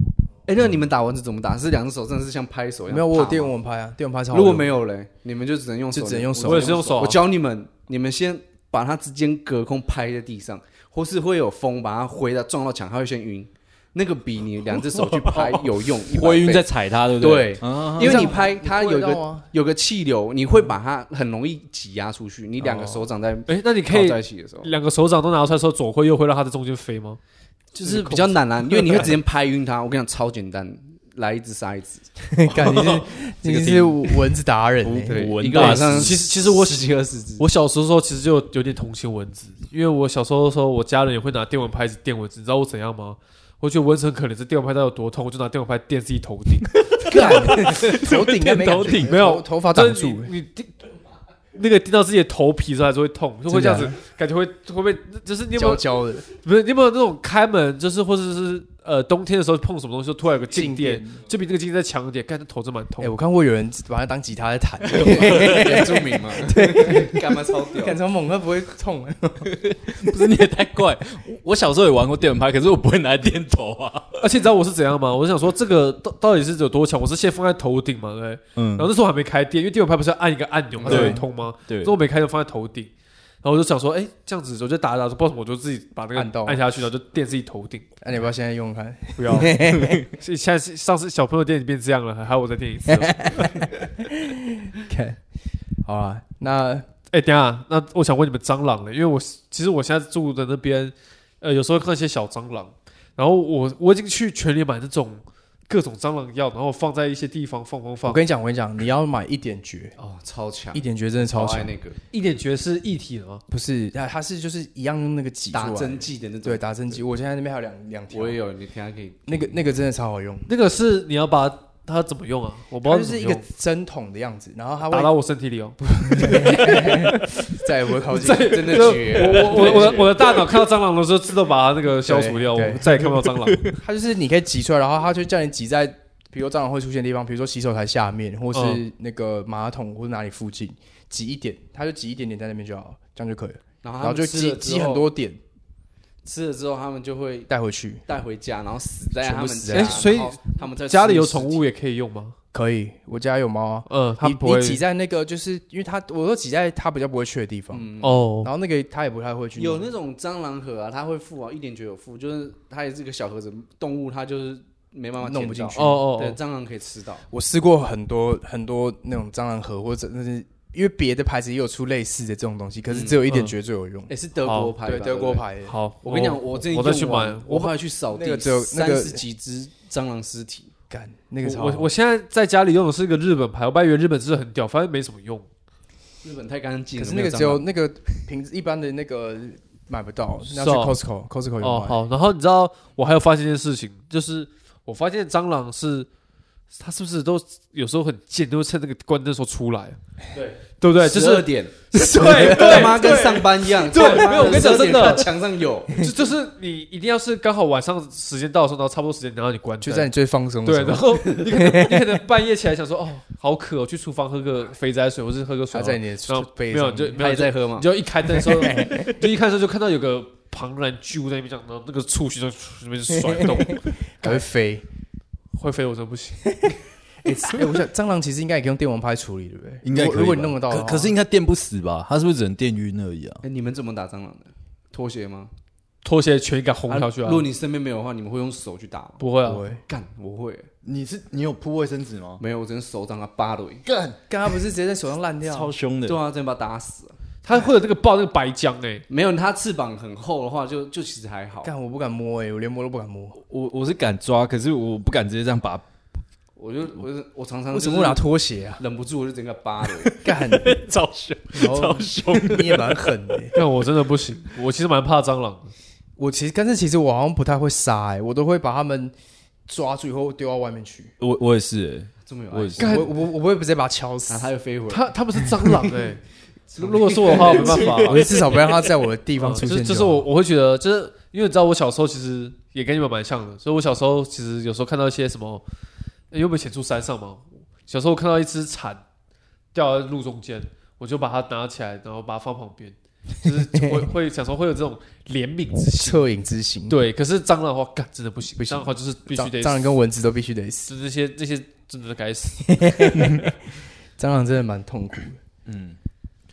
[SPEAKER 3] 哎，那你们打蚊子怎么打？是两只手，真的是像拍手一样？
[SPEAKER 1] 嗯没有我有
[SPEAKER 3] 啪
[SPEAKER 1] 电
[SPEAKER 3] 吗。
[SPEAKER 1] 蚊拍啊，电蚊拍超好
[SPEAKER 3] 如果
[SPEAKER 1] 用
[SPEAKER 3] 没有嘞，你们就只能用手，
[SPEAKER 1] 就只能用手
[SPEAKER 4] 我也是用手啊、
[SPEAKER 3] 我教你们，你们先把它之间隔空拍在地上，或是会有风把它挥到撞到墙，它会先晕。那个比你两只手去拍有用一百
[SPEAKER 2] 灰晕
[SPEAKER 3] 倍
[SPEAKER 2] 在踩它，对不对？
[SPEAKER 3] 对
[SPEAKER 2] 啊
[SPEAKER 3] 因为你拍它有一
[SPEAKER 1] 你会到
[SPEAKER 3] 个
[SPEAKER 1] 啊
[SPEAKER 3] 有个气流，你会把它很容易挤压出去。你两个手掌在
[SPEAKER 4] 哎，那你可
[SPEAKER 3] 靠
[SPEAKER 4] 以
[SPEAKER 3] 在一起的时候，
[SPEAKER 4] 两个手掌都拿出来的时候，左挥右挥，让它在中间飞吗？
[SPEAKER 3] 就是比较难啊，因为你会直接拍晕它。我跟你讲，超简单，来一只杀一只，
[SPEAKER 1] 感觉啊你是蚊子达人欸
[SPEAKER 3] 对
[SPEAKER 2] 我，闻
[SPEAKER 3] 一个
[SPEAKER 2] 大
[SPEAKER 3] 晚上
[SPEAKER 4] 其实其实我
[SPEAKER 3] 十几二十只，
[SPEAKER 4] 我小时候的时候其实就有点同情蚊子，因为我小时候的时候，我家人也会拿电蚊拍子电蚊子，你知道我怎样吗？我觉得蚊子很可怜，这电蚊拍到底有多痛，我就拿电蚊拍电自己头顶，
[SPEAKER 1] 干头顶应该没感觉
[SPEAKER 2] 头顶
[SPEAKER 4] 没有
[SPEAKER 1] 头头发
[SPEAKER 4] 但
[SPEAKER 1] 挡
[SPEAKER 4] 是你
[SPEAKER 1] 住欸，
[SPEAKER 4] 你叮那个叮到自己的头皮的时候还是会痛，就会这样子
[SPEAKER 1] 真，
[SPEAKER 4] 感觉会会被就是你有没
[SPEAKER 1] 焦
[SPEAKER 4] 有
[SPEAKER 1] 焦的
[SPEAKER 4] 不是你有没有那种开门就是或者是呃冬天的时候碰什么东西，就突然有个静
[SPEAKER 1] 静
[SPEAKER 4] 电，
[SPEAKER 1] 电。
[SPEAKER 4] 就比那个静电再强一点，干这头真蛮痛
[SPEAKER 1] 哎，。我看过有人把它当吉他在弹，
[SPEAKER 3] 原住民嘛，对，干嘛超屌
[SPEAKER 1] 感？超猛，它不会痛欸。
[SPEAKER 2] 不是你也太怪。我我小时候也玩过电蚊拍，可是我不会拿来电头啊。
[SPEAKER 4] 而且你知道我是怎样吗？我是想说这个到到底是有多强？我是先放在头顶嘛，对不对。
[SPEAKER 2] 嗯
[SPEAKER 4] 然后，那时候我还没开店，因为电蚊拍不是要按一个按钮它才
[SPEAKER 2] 对
[SPEAKER 4] 会通吗？
[SPEAKER 2] 对
[SPEAKER 4] 所以我没开就放在头顶。然后我就想说，哎，这样子我就打一打，不知道为什么我就自己把那个
[SPEAKER 1] 按到
[SPEAKER 4] 按下去，然后就电自己头顶。
[SPEAKER 1] 那你要不要现在用看？
[SPEAKER 4] 不要，现在是上次小朋友电影变哦这样了，还还要我再电一 次。
[SPEAKER 1] 看， 好啊，那
[SPEAKER 4] 哎、等一下，那我想问你们蟑螂了，因为我其实我现在住的那边，呃，有时候看一些小蟑螂，然后我我已经去全联买那种各种蟑螂药，然后放在一些地方放放
[SPEAKER 1] 我
[SPEAKER 4] 放。
[SPEAKER 1] 跟你讲，我跟你讲，你要买一点绝，
[SPEAKER 3] 哦，超强
[SPEAKER 1] 一，点绝真的超
[SPEAKER 3] 超爱
[SPEAKER 1] 强。
[SPEAKER 3] 那个
[SPEAKER 4] 一点觉是一体的吗？
[SPEAKER 1] 不是，它它是就是一样用那个挤出
[SPEAKER 3] 打
[SPEAKER 1] 来
[SPEAKER 3] 针剂的那种
[SPEAKER 1] 对，，打针机，我现在那边还有两两条，
[SPEAKER 3] 我也有，你等一下可以。
[SPEAKER 1] 那个那个真的超好用，
[SPEAKER 4] 那个是你要把它怎么用啊？我不
[SPEAKER 1] 它
[SPEAKER 4] 知道
[SPEAKER 1] 就
[SPEAKER 4] 怎么
[SPEAKER 1] 是一
[SPEAKER 4] 用
[SPEAKER 1] 个针筒的样子，然后它
[SPEAKER 4] 打
[SPEAKER 1] 会
[SPEAKER 4] 到我身体里哦。
[SPEAKER 1] 再也不会靠近，
[SPEAKER 3] 真 的
[SPEAKER 4] 就
[SPEAKER 3] 绝
[SPEAKER 4] 我我我我的我的大脑看到蟑螂的时候，自动把它那个消除掉，我
[SPEAKER 1] 对对
[SPEAKER 4] 再也看不到 蟑螂。
[SPEAKER 1] 它就是你可以挤出来，然后它就叫你挤在，比如蟑螂会出现的地方，比如说洗手台下面，或是
[SPEAKER 4] 嗯
[SPEAKER 1] 那个马桶或者哪里附近挤一点，它就挤一点点在那边就好了，这样就可以了，
[SPEAKER 3] 然后
[SPEAKER 1] 然
[SPEAKER 3] 啊他
[SPEAKER 1] 后就
[SPEAKER 3] 们吃
[SPEAKER 1] 挤
[SPEAKER 3] 了之
[SPEAKER 1] 挤
[SPEAKER 3] 后
[SPEAKER 1] 很，多点
[SPEAKER 3] 吃了之后他们就会
[SPEAKER 1] 带回去，
[SPEAKER 3] 带回家，然后死在
[SPEAKER 1] 全部
[SPEAKER 3] 他们
[SPEAKER 1] 死
[SPEAKER 3] 家。
[SPEAKER 1] 在
[SPEAKER 3] 然
[SPEAKER 4] 家哎所以
[SPEAKER 3] 后他们在
[SPEAKER 4] 家里有宠物也可以用吗？
[SPEAKER 1] 可以，我家有猫啊。
[SPEAKER 4] 嗯，它
[SPEAKER 1] 你
[SPEAKER 4] 不会
[SPEAKER 1] 你挤在那个，就是因为它，我都挤在它比较不会去的地方，
[SPEAKER 4] 哦
[SPEAKER 1] 然后那个它也不太会去
[SPEAKER 3] 有
[SPEAKER 1] 弄。
[SPEAKER 3] 那种蟑螂盒啊，它会附啊，一点就有附，就是它也是个小盒子，动物它就是没办法
[SPEAKER 1] 弄不
[SPEAKER 3] 舔到
[SPEAKER 1] 进去
[SPEAKER 4] 哦哦，
[SPEAKER 3] 对，
[SPEAKER 4] 哦
[SPEAKER 3] 蟑螂可以吃到，
[SPEAKER 1] 我试过很多很多那种蟑螂盒，或者那是因为别的牌子也有出类似的这种东西，可是只有一点绝最有用。
[SPEAKER 3] 也是德
[SPEAKER 4] 好
[SPEAKER 3] 国牌吧，
[SPEAKER 1] 对，德国
[SPEAKER 3] 不。
[SPEAKER 1] 牌的。
[SPEAKER 4] 好，哦
[SPEAKER 3] 我跟你讲，我之前
[SPEAKER 4] 我再去
[SPEAKER 3] 用完
[SPEAKER 4] 买
[SPEAKER 3] 我后来去扫
[SPEAKER 1] 那
[SPEAKER 3] 地，
[SPEAKER 1] 个只有那
[SPEAKER 3] 三
[SPEAKER 1] 个
[SPEAKER 3] 十几只蟑螂尸体，
[SPEAKER 1] 干那个超
[SPEAKER 4] 我
[SPEAKER 1] 好
[SPEAKER 4] 我现在在家里用的是一个日本牌，我本来以为日本是很屌，发现没什么用。
[SPEAKER 3] 日本太干净
[SPEAKER 1] 可
[SPEAKER 3] 了，
[SPEAKER 1] 是那个只
[SPEAKER 3] 没
[SPEAKER 1] 有
[SPEAKER 3] 蟑螂
[SPEAKER 1] 那个瓶子一般的那个买不到，
[SPEAKER 4] 是
[SPEAKER 1] 那要去
[SPEAKER 4] 哦
[SPEAKER 1] Costco，Costco 有
[SPEAKER 4] 哦，
[SPEAKER 1] 卖。
[SPEAKER 4] 好，然后你知道我还有发现一件事情，就是我发现蟑螂是它是不是都有时候很贱，都会趁那个关灯的时候出来，
[SPEAKER 3] 对
[SPEAKER 4] 对不对？就
[SPEAKER 3] 12
[SPEAKER 4] 是
[SPEAKER 3] 点，
[SPEAKER 4] 对
[SPEAKER 3] 干嘛
[SPEAKER 4] 对
[SPEAKER 3] 跟上班一样？
[SPEAKER 4] 对
[SPEAKER 3] 干嘛
[SPEAKER 4] 没有我跟你讲
[SPEAKER 3] 12点
[SPEAKER 4] 真的
[SPEAKER 3] 它墙上有，
[SPEAKER 4] 就就是你一定要是刚好晚上时间到的时候，然后差不多时间，然后你关
[SPEAKER 1] 就
[SPEAKER 4] 灯。
[SPEAKER 1] 在你最放松的
[SPEAKER 4] 对，
[SPEAKER 1] 时
[SPEAKER 4] 然
[SPEAKER 1] 候，
[SPEAKER 4] 后你可能你可能半夜起来想说，哦，好渴、哦，去厨房喝个肥仔水，或是喝个水
[SPEAKER 1] 它
[SPEAKER 4] 哦，
[SPEAKER 1] 在你的
[SPEAKER 4] 然后
[SPEAKER 1] 背
[SPEAKER 4] 没有
[SPEAKER 1] 上
[SPEAKER 4] 就
[SPEAKER 1] 面。
[SPEAKER 4] 没
[SPEAKER 3] 它
[SPEAKER 4] 有
[SPEAKER 3] 也
[SPEAKER 4] 就
[SPEAKER 3] 在喝嘛
[SPEAKER 4] 你。就一开灯的 时候，就一开灯的时候就看到有个庞然巨物在那边这样，然后那个触须就那边甩动，
[SPEAKER 1] 还会飞。
[SPEAKER 4] 会飞我真的不行。
[SPEAKER 1] 哎，哎我想蟑螂其实应该也可以用电蚊拍处理，对不对？
[SPEAKER 2] 应该
[SPEAKER 1] 如果如
[SPEAKER 2] 可以吧
[SPEAKER 1] 果你弄得到的
[SPEAKER 2] 可
[SPEAKER 1] 话，
[SPEAKER 2] 可是应该电不死吧？它是不是只能电晕而已啊？
[SPEAKER 3] 哎，你们怎么打蟑螂的？拖鞋吗？
[SPEAKER 4] 拖鞋全应该轰下去啊
[SPEAKER 3] 如！果你身边没有的话，你们会用手去打吗？
[SPEAKER 4] 不会啊
[SPEAKER 1] 不，会。
[SPEAKER 3] 干，我会，
[SPEAKER 2] 你是你有铺卫生纸吗？
[SPEAKER 3] 没有，我只能手掌它啊扒了而已。
[SPEAKER 2] 干，
[SPEAKER 1] 刚刚不是直接在手上烂掉？
[SPEAKER 2] 超凶的
[SPEAKER 3] 对。啊，真的把它打死了。
[SPEAKER 4] 它会有那个爆那个白浆哎、
[SPEAKER 3] 没有，它翅膀很厚的话，就就其实还好。
[SPEAKER 1] 干，我不敢摸哎，我连摸都不敢摸。
[SPEAKER 2] 我我是敢抓，可是我不敢直接这样把它
[SPEAKER 3] 我就我就我常常
[SPEAKER 1] 为
[SPEAKER 3] 就是
[SPEAKER 1] 什么不拿拖鞋 啊？
[SPEAKER 3] 忍不住我就整个扒了。
[SPEAKER 1] 干，
[SPEAKER 2] 超凶。
[SPEAKER 1] 然后你也蛮狠的欸。
[SPEAKER 4] 但我真的不行，我其实蛮怕蟑螂的。
[SPEAKER 1] 我其实，但是其实我好像不太会杀哎，我都会把它们抓住以后丢到外面去。
[SPEAKER 2] 我我也是、欸，
[SPEAKER 3] 这么有
[SPEAKER 2] 我也
[SPEAKER 3] 爱
[SPEAKER 2] 是
[SPEAKER 3] 心，
[SPEAKER 1] 我我我不会直接把它敲死
[SPEAKER 3] 然后。它又飞回来。
[SPEAKER 4] 它它们是蟑螂哎、 如如果是我的话，我没办法、啊
[SPEAKER 1] 我至少不让它在我的地方出
[SPEAKER 4] 哦就是
[SPEAKER 1] 现。
[SPEAKER 4] 就是我，我会觉得，就是因为你知道，我小时候其实也跟你们蛮像的，所以我小时候其实有时候看到一些什么，因为我们潜出山上嘛，小时候看到一只蝉掉在路中间，我就把它拿起来，然后把它放旁边，就是 会会想说会有这种怜悯之心。
[SPEAKER 1] 恻隐之心，
[SPEAKER 4] 对，可是蟑螂的话，干真的不行，
[SPEAKER 1] 嗯不行
[SPEAKER 4] 蟑螂的话就是必须
[SPEAKER 1] 蟑
[SPEAKER 4] 得
[SPEAKER 1] 蟑螂跟蚊子都必须得死。
[SPEAKER 4] 死，这些这些真的该死。
[SPEAKER 1] 蟑螂真的蛮痛苦的。嗯，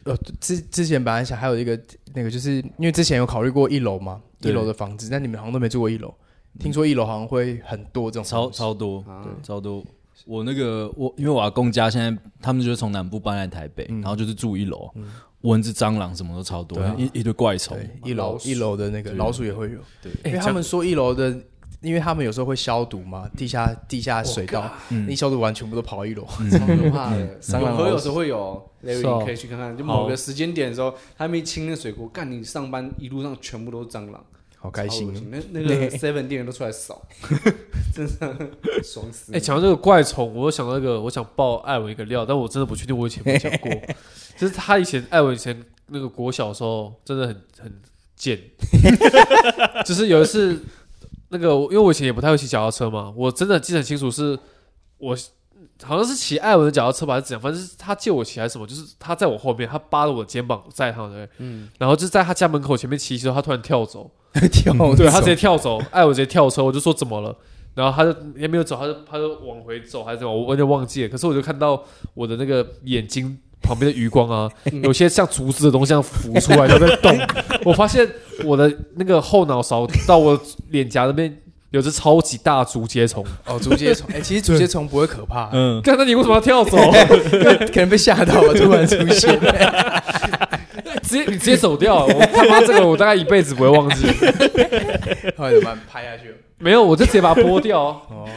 [SPEAKER 1] 呃，之之前本来想还有一个那个，就是因为之前有考虑过一楼嘛，
[SPEAKER 2] 对
[SPEAKER 1] 一楼的房子，但你们好像都没住过一楼。听说一楼好像会很多这种
[SPEAKER 2] 超
[SPEAKER 1] 东西
[SPEAKER 2] 超多，
[SPEAKER 3] 啊
[SPEAKER 2] 对，超多。我那个我，因为我阿公家现在他们就是从南部搬来台北，然后就是住一楼，蚊子、蟑螂什么都超多，
[SPEAKER 1] 对啊
[SPEAKER 2] 一一堆怪虫。
[SPEAKER 1] 对一楼
[SPEAKER 4] 老鼠
[SPEAKER 1] 一楼的那个
[SPEAKER 2] 对
[SPEAKER 1] 老鼠也会有，
[SPEAKER 2] 对
[SPEAKER 1] 因为他们说一楼的，因为他们有时候会消毒嘛，地下地下水道，一消毒完全部都跑到一楼，
[SPEAKER 4] 嗯
[SPEAKER 3] 超 可怕的。
[SPEAKER 1] 蟑
[SPEAKER 3] 有
[SPEAKER 1] 螂
[SPEAKER 3] 时候
[SPEAKER 1] 老
[SPEAKER 3] 有
[SPEAKER 1] 鼠
[SPEAKER 3] 时候会有
[SPEAKER 4] 是哦
[SPEAKER 3] ，Larry 你可以去看看，就某个时间点的时候，他没清那水锅，干你上班一路上全部都是蟑螂，
[SPEAKER 1] 好开
[SPEAKER 3] 超恶
[SPEAKER 1] 心。
[SPEAKER 3] 那那 个 Seven 店员都出来扫，真的爽死
[SPEAKER 4] 哎、。讲到这个怪虫，我又想到一个，我想爆艾文一个料，但我真的不确定我以前没讲过，就是他以前艾文以前那个国小的时候真的很很贱，就是有一次那个，因为我以前也不太会骑脚踏车嘛，我真的记得很清楚是，我好像是骑艾文的脚踏车吧，还是怎样，反正是他借我骑还是什么，就是他在我后面，他扒着我肩膀我载他，对不对？嗯，然后就在他家门口前面骑一骑的时候，他突然跳走，
[SPEAKER 1] 跳舞
[SPEAKER 4] 对他直接跳走，艾文直接跳车，我就说怎么了？然后他就也没有走，他就他就往回走还是怎么，我有点忘记了。可是我就看到我的那个眼睛旁边的余光啊，有些像竹子的东西这样浮出来，然后在动。我发现我的那个后脑勺到我脸颊那边有只超级大的竹节虫。
[SPEAKER 1] 哦，竹节虫，哎，其实竹节虫不会可怕，
[SPEAKER 2] 嗯，
[SPEAKER 4] 看，那你为什么要跳走？
[SPEAKER 1] 可能被吓到了，突然出现。
[SPEAKER 4] 直接你直接走掉。啊我他妈这个我大概一辈子不会忘记。
[SPEAKER 1] 后来怎么办？拍下去了。
[SPEAKER 4] 没有，我就直接把它剥掉啊。
[SPEAKER 1] 哦，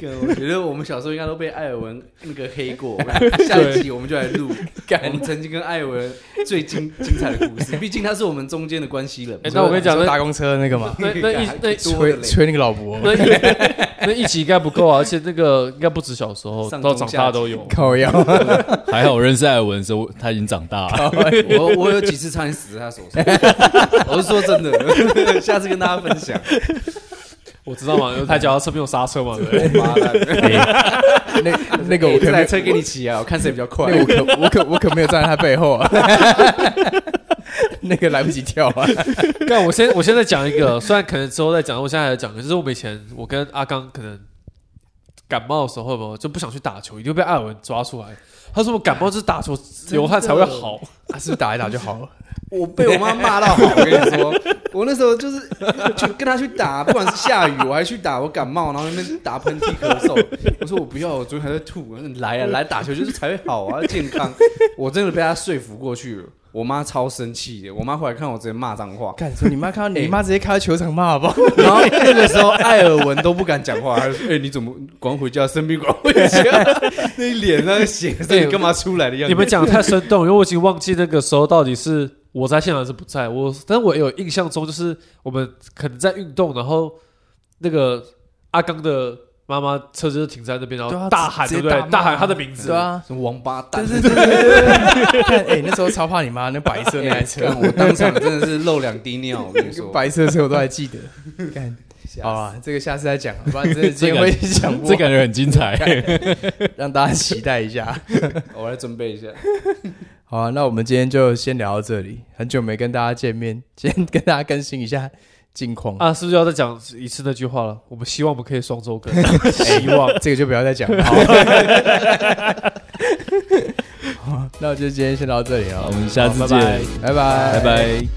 [SPEAKER 3] 干我觉得我们小时候应该都被艾尔文那个黑 过。我们下一集我们就来录，我们曾经跟艾尔文最精精彩的故事，毕竟他是我们中间的关系人嘛。
[SPEAKER 4] 哎那我 跟你讲
[SPEAKER 1] 说
[SPEAKER 4] 那
[SPEAKER 1] 搭公车那个嘛，
[SPEAKER 4] 那那一那
[SPEAKER 3] 多的
[SPEAKER 1] 吹
[SPEAKER 3] 嘞
[SPEAKER 1] 吹那个老伯，
[SPEAKER 4] 那一 那一集应该不够啊，而且那个应该不止小时候，
[SPEAKER 3] 上
[SPEAKER 4] 到
[SPEAKER 3] 中
[SPEAKER 4] 长
[SPEAKER 3] 下
[SPEAKER 4] 大
[SPEAKER 3] 集
[SPEAKER 4] 都有。
[SPEAKER 1] 靠腰。
[SPEAKER 2] 还好我认识艾文的时候，他已经长大了。
[SPEAKER 3] 我我有几次差点死在他手上， 我是说真的， 下次跟大家分享。
[SPEAKER 4] 我知 道嘛，有台脚踏车没有刹车嘛，对不对？
[SPEAKER 3] 我妈 蛋，
[SPEAKER 1] 那那个我可
[SPEAKER 3] 这台
[SPEAKER 1] 没，
[SPEAKER 3] 车给你骑啊，我看谁比较快。
[SPEAKER 1] 那个我可我可我可没有站在他背后啊， 那个来不及跳啊。
[SPEAKER 4] 但我先我现在讲一个，虽然可能之后再讲，我现在还在讲，就是我们以前我跟阿刚可能感冒的时候，有没有就不想去打球，一定会被艾文抓出来。他说我感冒就是打球流汗才会好，
[SPEAKER 1] 啊是不是打一打就好了？
[SPEAKER 3] 我被我妈骂到好，我跟你 说，我那时候就是去跟她去打，不管是下雨我还去打，我感冒然后那边打喷嚏咳嗽，我说我不要，我昨天还在吐，我说你来啊来打球就是才会好啊健 康，我真的被她说服过去了，我妈超生气的，我妈回来看我直接骂脏 话，
[SPEAKER 1] 干，说你妈看 哎到你你妈直接开到球场骂好不好？
[SPEAKER 3] 然后那个时候艾尔文都不敢讲话，他就说：“哎、你怎么管回家生病管回 家？那脸上写着哎你干嘛出来的样子。
[SPEAKER 4] 你们讲得太生动，因为我已经忘记那个时候到底是我在现场还是不在。我，但我有印象中就是我们可能在运动，然后那个阿刚的妈妈车就是停在那边，然
[SPEAKER 1] 对
[SPEAKER 4] 后
[SPEAKER 1] 啊
[SPEAKER 4] 大喊，
[SPEAKER 1] 直
[SPEAKER 4] 对
[SPEAKER 1] 接
[SPEAKER 4] 不
[SPEAKER 1] 大？骂
[SPEAKER 4] 对大喊他的名字
[SPEAKER 1] 对，啊，
[SPEAKER 3] 什么王八蛋
[SPEAKER 1] 但？是对对对对， 看哎那时候超怕你妈那白色那台车，
[SPEAKER 3] 干我当场真的是漏两滴尿，我跟你
[SPEAKER 1] 那个
[SPEAKER 3] 说。
[SPEAKER 1] 白色车我都还记得。干，好啊，这个 下次再讲，不然真的今天会讲不
[SPEAKER 2] 这
[SPEAKER 1] 完，
[SPEAKER 2] 感觉很精彩。
[SPEAKER 1] 让大家期待一 下。
[SPEAKER 3] 我来准备一下。
[SPEAKER 1] 好啊，那我们今天就先聊到这里，很久没跟大家见面， 今天跟大家更新一下近况。
[SPEAKER 4] 啊，是不是要再讲一次那句话了？我们希望我们可以双 周更，希望。
[SPEAKER 1] 这个就不要再讲 了。好，好那我就今天先到这里
[SPEAKER 2] 好
[SPEAKER 1] 了
[SPEAKER 2] 我，们下 次
[SPEAKER 1] 好
[SPEAKER 2] 见，
[SPEAKER 1] 拜拜，
[SPEAKER 2] 拜。拜。